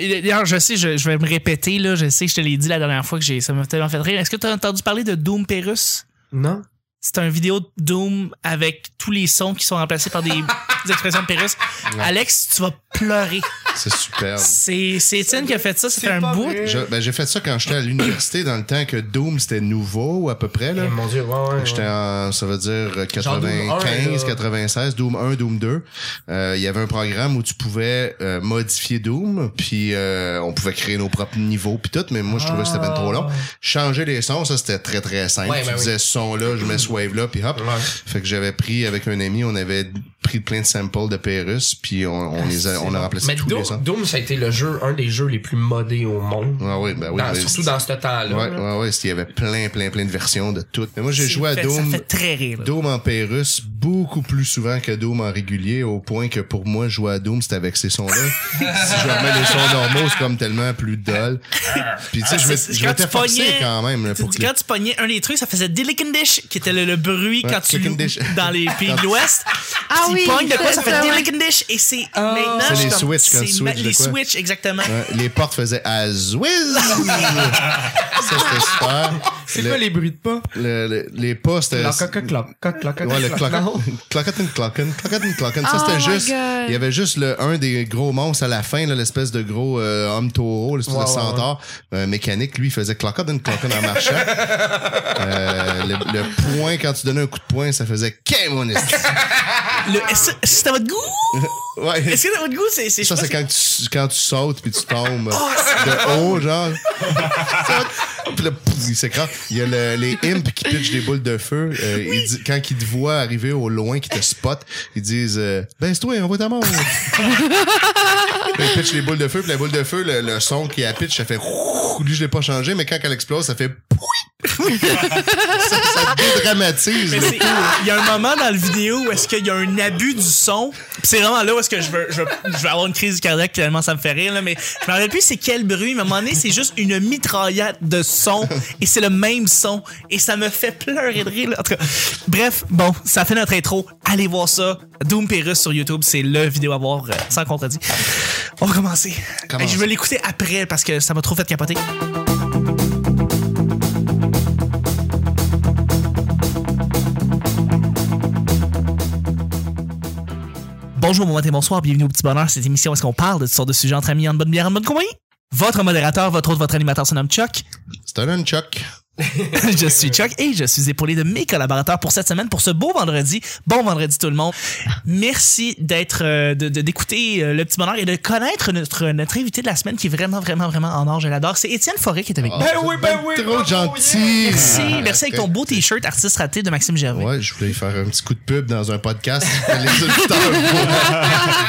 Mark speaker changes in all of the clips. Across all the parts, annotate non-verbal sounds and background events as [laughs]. Speaker 1: D'ailleurs, je sais, je, je vais me répéter, là, je sais, je te l'ai dit la dernière fois que j'ai, ça m'a tellement fait rire. Est-ce que tu as entendu parler de Doom Perus?
Speaker 2: Non?
Speaker 1: C'est un vidéo de Doom avec tous les sons qui sont remplacés
Speaker 2: [laughs]
Speaker 1: par des, des expressions de Perus. Alex, tu vas pleurer.
Speaker 3: C'est superbe.
Speaker 1: C'est c'est Étienne qui a fait ça, c'est
Speaker 2: C'est
Speaker 1: un
Speaker 2: pas
Speaker 1: bout.
Speaker 2: vrai.
Speaker 3: Je- ben, j'ai fait ça quand j'étais à l'université, dans le temps que Doom c'était nouveau à peu près. Là.
Speaker 2: Eh, mon Dieu, ouais, ouais, ouais.
Speaker 3: J'étais en, ça veut dire
Speaker 2: Genre Doom
Speaker 3: 95,
Speaker 2: un, là.
Speaker 3: 96, Doom 1, Doom 2. Euh, Il y avait un programme où tu pouvais euh, modifier Doom, puis euh, on pouvait créer nos propres niveaux, puis tout, mais moi je trouvais que c'était ben trop long. Changer les sons, ça c'était très très simple.
Speaker 2: Ah. Ouais,
Speaker 3: tu
Speaker 2: ben oui.
Speaker 3: faisais ce son-là, je mets ce wave-là, puis hop.
Speaker 2: Ouais.
Speaker 3: Fait que j'avais pris avec un ami, on avait pris plein de samples de Pérus, puis on, on les a, on a remplacé
Speaker 2: Ah, Mais
Speaker 3: tous
Speaker 2: Doom,
Speaker 3: les sons.
Speaker 2: Doom, ça a été le jeu, un des jeux les plus modés au monde.
Speaker 3: Ah oui, ben oui.
Speaker 2: Dans-
Speaker 3: mais
Speaker 2: surtout
Speaker 3: c'est-
Speaker 2: dans ce temps-là.
Speaker 3: Ouais, ouais, ouais, c'était- il y avait plein, plein, plein de versions de toutes. Mais moi, j'ai joué à
Speaker 1: Ça fait-
Speaker 3: Doom,
Speaker 1: Ça fait très rire. là.
Speaker 3: Doom en Pérus beaucoup plus souvent que Doom en régulier, au point que pour moi, jouer à Doom, c'était avec ces
Speaker 1: [laughs]
Speaker 3: sons-là. si je remets les sons normaux, c'est comme tellement plus dull. Puis tu
Speaker 1: Ah. C'est-
Speaker 3: sais, je m'étais-
Speaker 1: c'est
Speaker 3: je m'étais
Speaker 1: tu
Speaker 3: forcé
Speaker 1: pognais-
Speaker 3: quand même. là,
Speaker 1: tu-
Speaker 3: pour que les-
Speaker 1: Quand tu pognais un des trucs, ça faisait Dillican Dish, qui était le, le bruit
Speaker 3: Ouais,
Speaker 1: quand tu
Speaker 3: Dillican
Speaker 1: loues
Speaker 3: Dish.
Speaker 1: dans
Speaker 3: [laughs]
Speaker 1: les pays de l'Ouest.
Speaker 4: Ah
Speaker 1: tu
Speaker 4: oui,
Speaker 1: pognes de quoi,
Speaker 4: c'est
Speaker 1: ça fait
Speaker 4: ça, ouais.
Speaker 1: Dillican Dish. Et c'est maintenant.
Speaker 3: Ah.
Speaker 1: je
Speaker 3: C'est les
Speaker 1: suis comme-
Speaker 3: Switch, quand tu
Speaker 1: c'est ma-
Speaker 3: switches de
Speaker 1: Les
Speaker 3: quoi.
Speaker 1: Switch, exactement.
Speaker 3: Ouais, euh, les portes faisaient
Speaker 1: [laughs]
Speaker 3: Azwiz! ça, c'était super.
Speaker 5: C'est
Speaker 3: Le-
Speaker 5: quoi les bruits de pas?
Speaker 3: le- le- les pas, c'était.
Speaker 5: La coca cloc, coc, cloc,
Speaker 3: Ouais, le
Speaker 5: cloc,
Speaker 3: clocken,
Speaker 5: cloc.
Speaker 3: clocken, clocken, clocken, clocken. Ça,
Speaker 4: Oh
Speaker 3: c'était
Speaker 4: my
Speaker 3: juste.
Speaker 4: God.
Speaker 3: Il y avait juste le, un des gros monstres à la fin, là, l'espèce de gros euh, homme taureau, l'espèce
Speaker 5: Ouais,
Speaker 3: de
Speaker 5: ouais,
Speaker 3: centaure euh, mécanique. Lui, il faisait clocken, clocken
Speaker 5: [laughs]
Speaker 3: en marchant. Euh, le, le point, quand tu donnais un coup de poing, ça faisait
Speaker 5: [laughs]
Speaker 3: Kémoniste.
Speaker 1: Le- Est-ce est-ce que t'as votre goût?
Speaker 3: Ouais.
Speaker 1: Est-ce que t'as votre goût? C'est, c'est,
Speaker 3: Ça,
Speaker 1: je Oh,
Speaker 3: c'est
Speaker 1: sais pas,
Speaker 3: quand tu, quand tu sautes puis tu tombes euh, de haut, genre. Puis là, pouf, il s'écrase. Il y a le- les imps qui pitchent des boules de feu. Euh, ils di- quand ils te voient arriver au loin, qu'ils te spotent, ils disent euh, Baisse-toi, on voit ta mort. Puis ils pitchent les boules de feu. Puis la boule de feu, le, le son qui la pitch, ça fait Rouh Lui, je l'ai pas changé, mais quand elle explose, ça fait
Speaker 1: [laughs]
Speaker 3: Pouit. ça, ça dédramatise.
Speaker 1: Mais
Speaker 3: le
Speaker 1: c'est- il y a un moment dans la vidéo où est-ce qu'il y a un abus du son. Puis c'est vraiment là où est-ce que je veux, je veux, je vais avoir une crise cardiaque tellement ça me fait rire là, mais je me rappelle plus c'est quel bruit. Mais à un moment donné, c'est juste une mitraillette de son et c'est le même son et ça me fait pleurer de rire. là. En tout cas, bref, bon, ça fait notre intro. Allez voir ça. Doom Perus sur YouTube, c'est le vidéo à voir euh, sans contredit. On va commencer.
Speaker 3: Commence.
Speaker 1: Je vais l'écouter après parce que ça m'a trop fait capoter. Bonjour, bon matin, bonsoir, bienvenue au Petit Bonheur, cette émission où est-ce qu'on parle de toutes sortes de sujets entre amis, en bonne bière, en bonne compagnie. Votre modérateur, votre autre, votre animateur se nomme Chuck.
Speaker 3: C'est un nunchuck.
Speaker 1: je suis Chuck et je suis épaulé de mes collaborateurs pour cette semaine, pour ce beau vendredi. Bon vendredi tout le monde. Merci d'être, euh, de- de- d'écouter euh, le petit bonheur et de connaître notre, notre invité de la semaine qui est vraiment, vraiment, vraiment en or. Je l'adore. C'est Étienne Forêt qui est avec nous.
Speaker 3: Ah,
Speaker 5: oui,
Speaker 3: c'est
Speaker 5: ben oui,
Speaker 3: Trop
Speaker 5: bravo,
Speaker 3: gentil.
Speaker 1: Merci,
Speaker 3: Ah,
Speaker 1: merci avec ton beau t-shirt artiste raté de Maxime Gervais.
Speaker 3: Ouais, je voulais faire un petit coup de pub dans un podcast. [laughs] Les auditeurs voient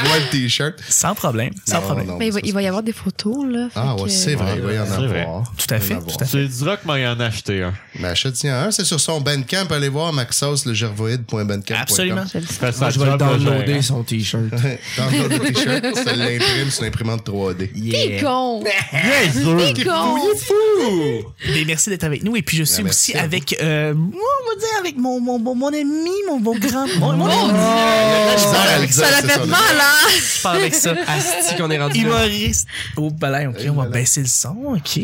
Speaker 3: voient le t-shirt.
Speaker 1: Sans problème, sans
Speaker 3: Non,
Speaker 1: problème.
Speaker 3: non,
Speaker 4: Ah, Mais il va,
Speaker 3: ça,
Speaker 4: il va y avoir des photos, là.
Speaker 3: c'est- Ah
Speaker 4: Ben, fait
Speaker 3: ouais,
Speaker 4: que-
Speaker 3: c'est vrai, il va y en
Speaker 6: C'est
Speaker 3: avoir.
Speaker 6: vrai.
Speaker 1: Tout à
Speaker 3: Il va y
Speaker 1: fait,
Speaker 3: en avoir.
Speaker 1: tout à fait.
Speaker 6: C'est du rock, mais il en a acheté un.
Speaker 3: Mais achète-y un, c'est sur son Bandcamp. Allez voir maxoslegervoïde.bandcamp.com.
Speaker 1: Absolument.
Speaker 4: J'aime ça.
Speaker 6: Fait
Speaker 5: Moi,
Speaker 6: sa
Speaker 5: je vais le
Speaker 6: job, le hein.
Speaker 5: downloader
Speaker 6: gérant.
Speaker 5: son t-shirt.
Speaker 3: [laughs] Dans le t-shirt, ça l'imprime sur l'imprimante 3D.
Speaker 4: T'es con! T'es con!
Speaker 1: Mais merci d'être avec nous. Et puis je suis
Speaker 3: Ah, merci
Speaker 1: aussi
Speaker 3: à vous.
Speaker 1: avec, euh, moi, on va dire avec mon, mon, mon, mon ami, mon, mon grand. Mon, mon ami.
Speaker 3: Ah, Ça l'a
Speaker 4: Ça l'a fait mal, hein?
Speaker 1: Je parle avec ça.
Speaker 3: [laughs]
Speaker 5: Asti qu'on est rendu là.
Speaker 1: Humoriste. Oh, balai, ok, on va baisser le son, ok.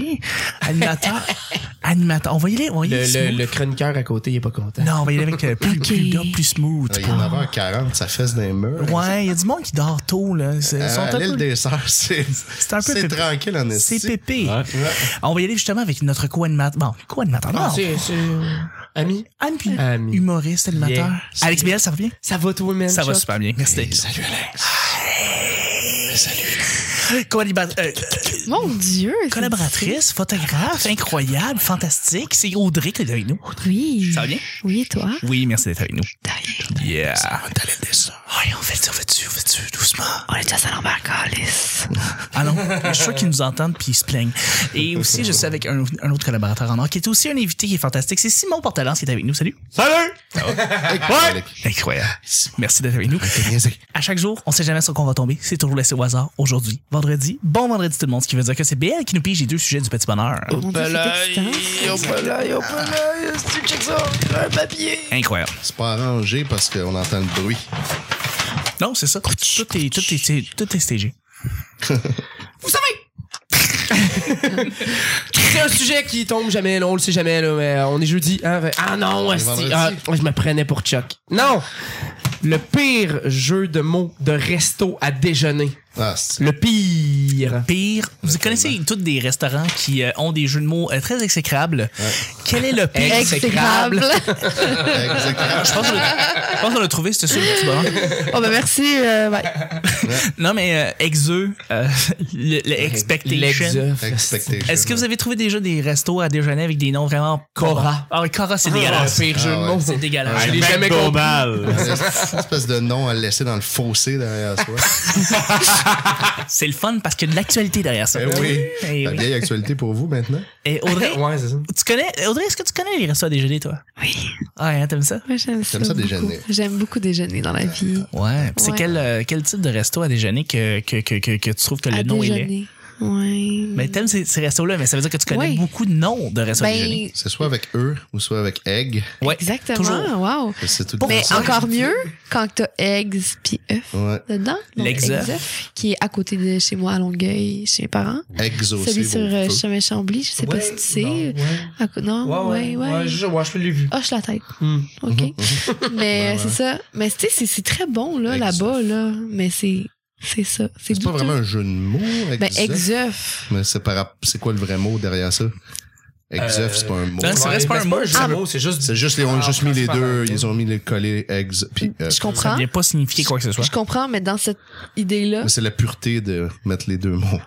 Speaker 1: Animateur. [laughs] Animateur. On va y aller, on va y aller.
Speaker 5: Le, le,
Speaker 1: smooth.
Speaker 5: le chroniqueur à côté, il est pas content.
Speaker 1: Non, on va y aller avec euh, plus, plus, gars, plus smooth.
Speaker 3: Ah, Il y en avait un 40, ça fesse dans les murs.
Speaker 1: Ouais, il y a du monde qui dort tôt, là. C'est
Speaker 3: Euh,
Speaker 1: sont un
Speaker 3: à l'île
Speaker 1: peu-
Speaker 3: des Sœurs, c'est
Speaker 1: un peu
Speaker 3: c'est
Speaker 1: pépé.
Speaker 3: tranquille en
Speaker 1: c'est
Speaker 3: esti.
Speaker 1: pépé.
Speaker 6: Ouais.
Speaker 1: On va y aller justement avec notre co-animateur. Bon, co-animateur.
Speaker 5: Ah,
Speaker 1: Non,
Speaker 5: c'est. c'est- Ami?
Speaker 1: Anne puis
Speaker 5: Ami.
Speaker 1: humoriste, animateur.
Speaker 5: Yeah.
Speaker 1: Alex Biel, ça va bien?
Speaker 5: Ça va, toi, man?
Speaker 1: Ça va
Speaker 5: Chuck?
Speaker 1: super bien. Merci.
Speaker 3: Salut Alex.
Speaker 1: Co-animateur. euh,
Speaker 4: Mon Dieu! c'est
Speaker 1: collaboratrice, photographe, incroyable, fantastique. C'est Audrey qui est avec nous.
Speaker 4: difficile. Oui.
Speaker 1: Ça va bien?
Speaker 4: Oui, toi?
Speaker 1: Oui, merci d'être avec nous.
Speaker 4: T'as rien.
Speaker 1: Yeah. Ouais, on fait ça, on fait dessus, on fait dessus, doucement.
Speaker 4: On est déjà à l'embarque, Alice.
Speaker 1: Ah non, je suis sûr qu'ils nous entendent puis ils se plaignent. Et aussi, je suis avec un, un autre collaborateur en or qui est aussi un invité qui est fantastique. C'est Simon Portalance qui est avec nous. Salut.
Speaker 6: Salut!
Speaker 3: Ouais.
Speaker 1: Incroyable. Merci d'être avec nous. À chaque jour, on sait jamais sur quoi on va tomber. C'est toujours laissé au hasard. Aujourd'hui, vendredi. Bon vendredi tout le monde, ce qui veut dire que c'est BL qui nous pige les deux sujets du petit bonheur.
Speaker 4: Mon Dieu, c'est excitant.
Speaker 1: Incroyable.
Speaker 3: C'est pas arrangé parce qu'on entend le bruit.
Speaker 1: Non, c'est ça. Tout est, tout est, tout est stagé.
Speaker 5: Vous savez, C'est un sujet qui tombe jamais, là, on le sait jamais, là, mais euh, on est jeudi. hein, fait- ah non, asti,
Speaker 3: vendredi.
Speaker 5: ah, je me prenais pour Chuck. Non! Le pire jeu de mots de resto à déjeuner.
Speaker 3: Ah,
Speaker 1: [laughs]
Speaker 3: c'est-
Speaker 5: Le pire.
Speaker 1: Pire, vous connaissez tous des restaurants qui euh, ont des jeux de mots euh, très exécrables. Quel est le pire
Speaker 5: Exécrable. [laughs]
Speaker 3: Exécrable.
Speaker 1: Je pense qu'on a- je pense qu'on a trouvé ce sur le petit bonheur.
Speaker 4: Oh, ben merci. euh, ouais.
Speaker 1: Non, mais euh, [laughs] exe, euh, le, le expectation.
Speaker 5: L'ex-
Speaker 3: Expectation.
Speaker 1: Est-ce que vous avez trouvé déjà des restos à déjeuner avec des noms vraiment Cora? Ah oui, Cora, c'est dégueulasse.
Speaker 5: Ah, pire jeu de
Speaker 3: Ah ouais.
Speaker 5: mots.
Speaker 1: C'est dégueulasse.
Speaker 5: Je l'ai jamais
Speaker 6: global.
Speaker 3: avez une [laughs] espèce de nom à laisser dans le fossé derrière soi?
Speaker 1: C'est le fun parce qu'il y a de l'actualité derrière ça.
Speaker 3: Eh oui.
Speaker 1: Eh
Speaker 3: La
Speaker 1: oui.
Speaker 3: vieille actualité pour vous maintenant?
Speaker 1: Et Audrey,
Speaker 5: Ouais, c'est ça.
Speaker 1: tu connais, Audrey, est-ce que tu connais les restos à déjeuner, toi?
Speaker 4: Oui.
Speaker 1: Ah, hein, t'aimes ça?
Speaker 4: Moi, j'aime ça.
Speaker 3: J'aime ça
Speaker 4: beaucoup.
Speaker 3: déjeuner.
Speaker 4: J'aime beaucoup déjeuner dans la vie.
Speaker 1: Ouais. C'est
Speaker 4: Ouais.
Speaker 1: quel, euh, quel type de resto à déjeuner que, que, que, que, que tu trouves que le
Speaker 4: à
Speaker 1: nom il est?
Speaker 4: déjeuner. Ouais.
Speaker 1: Mais t'aimes ces, ces restos-là, mais ça veut dire que tu connais
Speaker 4: Oui.
Speaker 1: beaucoup de noms de restos à déjeuner.
Speaker 4: ben,
Speaker 3: C'est soit avec eux ou soit avec egg.
Speaker 1: Ouais.
Speaker 4: exactement.
Speaker 1: Toujours.
Speaker 4: Wow.
Speaker 3: C'est tout le
Speaker 4: Mais
Speaker 3: concept.
Speaker 4: encore mieux quand t'as eggs puis œufs
Speaker 3: Ouais.
Speaker 4: dedans. Donc,
Speaker 1: L'ex-
Speaker 4: œuf, Qui est à côté de chez moi à Longueuil, chez mes parents.
Speaker 3: Eggs aussi.
Speaker 4: Celui
Speaker 3: vos
Speaker 4: sur euh,
Speaker 3: feux.
Speaker 4: Chemin Chambly, je sais pas si tu sais.
Speaker 5: Ouais,
Speaker 4: À co- non, ouais, ouais.
Speaker 5: je, ouais, je l'ai vu.
Speaker 4: Hoche la tête.
Speaker 5: Hmm.
Speaker 4: OK. Mais
Speaker 3: Mhm, Ouais, ouais.
Speaker 4: c'est ça. [laughs] Mais tu sais, c'est- c'est très bon là,
Speaker 3: Eggs
Speaker 4: là-bas, là. Mais c'est c'est ça. C'est
Speaker 3: C'est pas
Speaker 4: douteux.
Speaker 3: vraiment un jeu de mots,
Speaker 4: Ben,
Speaker 3: eggs.
Speaker 4: ex-œuf.
Speaker 3: Mais c'est par rap- c'est quoi le vrai mot derrière ça? Eggs,
Speaker 5: Euh,
Speaker 3: c'est pas un mot.
Speaker 1: Ben, c'est vrai, c'est pas un
Speaker 5: mais
Speaker 1: mot.
Speaker 5: jeu de mots, c'est juste.
Speaker 3: C'est juste, ils ont
Speaker 5: Ah,
Speaker 3: juste mis les deux,
Speaker 5: transparent.
Speaker 3: ils ont mis les collés eggs, puis euh,
Speaker 4: Je
Speaker 1: Ça
Speaker 4: comprends.
Speaker 1: vient pas signifier quoi que ce soit.
Speaker 4: Je comprends, mais dans cette idée-là,
Speaker 3: mais c'est la pureté de mettre les deux mots.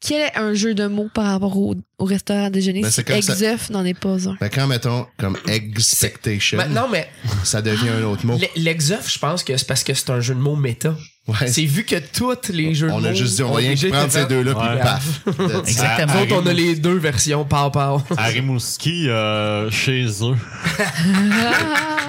Speaker 4: quel est un jeu de mots par rapport au, au restaurant à déjeuner?
Speaker 3: Ben,
Speaker 4: si
Speaker 3: c'est comme ça.
Speaker 4: ex-œuf n'en est pas un.
Speaker 3: Mais quand mettons comme expectation,
Speaker 5: Ben, non, [laughs] mais
Speaker 3: ça devient un autre mot.
Speaker 5: l- l'exof, je pense que c'est parce que c'est un jeu de mots méta.
Speaker 3: Ouais.
Speaker 5: C'est vu que tous les jeux de mots.
Speaker 3: On a juste dit, on va rien que
Speaker 5: obligé de
Speaker 3: prendre ces
Speaker 5: faire-
Speaker 3: deux-là,
Speaker 6: Ouais.
Speaker 3: puis
Speaker 6: [laughs]
Speaker 3: paf. That's it.
Speaker 1: Exactement.
Speaker 5: Nous autres, Ah, on a les deux versions, pow pow.
Speaker 3: Ah,
Speaker 6: [laughs] À Rimouski, euh, chez eux.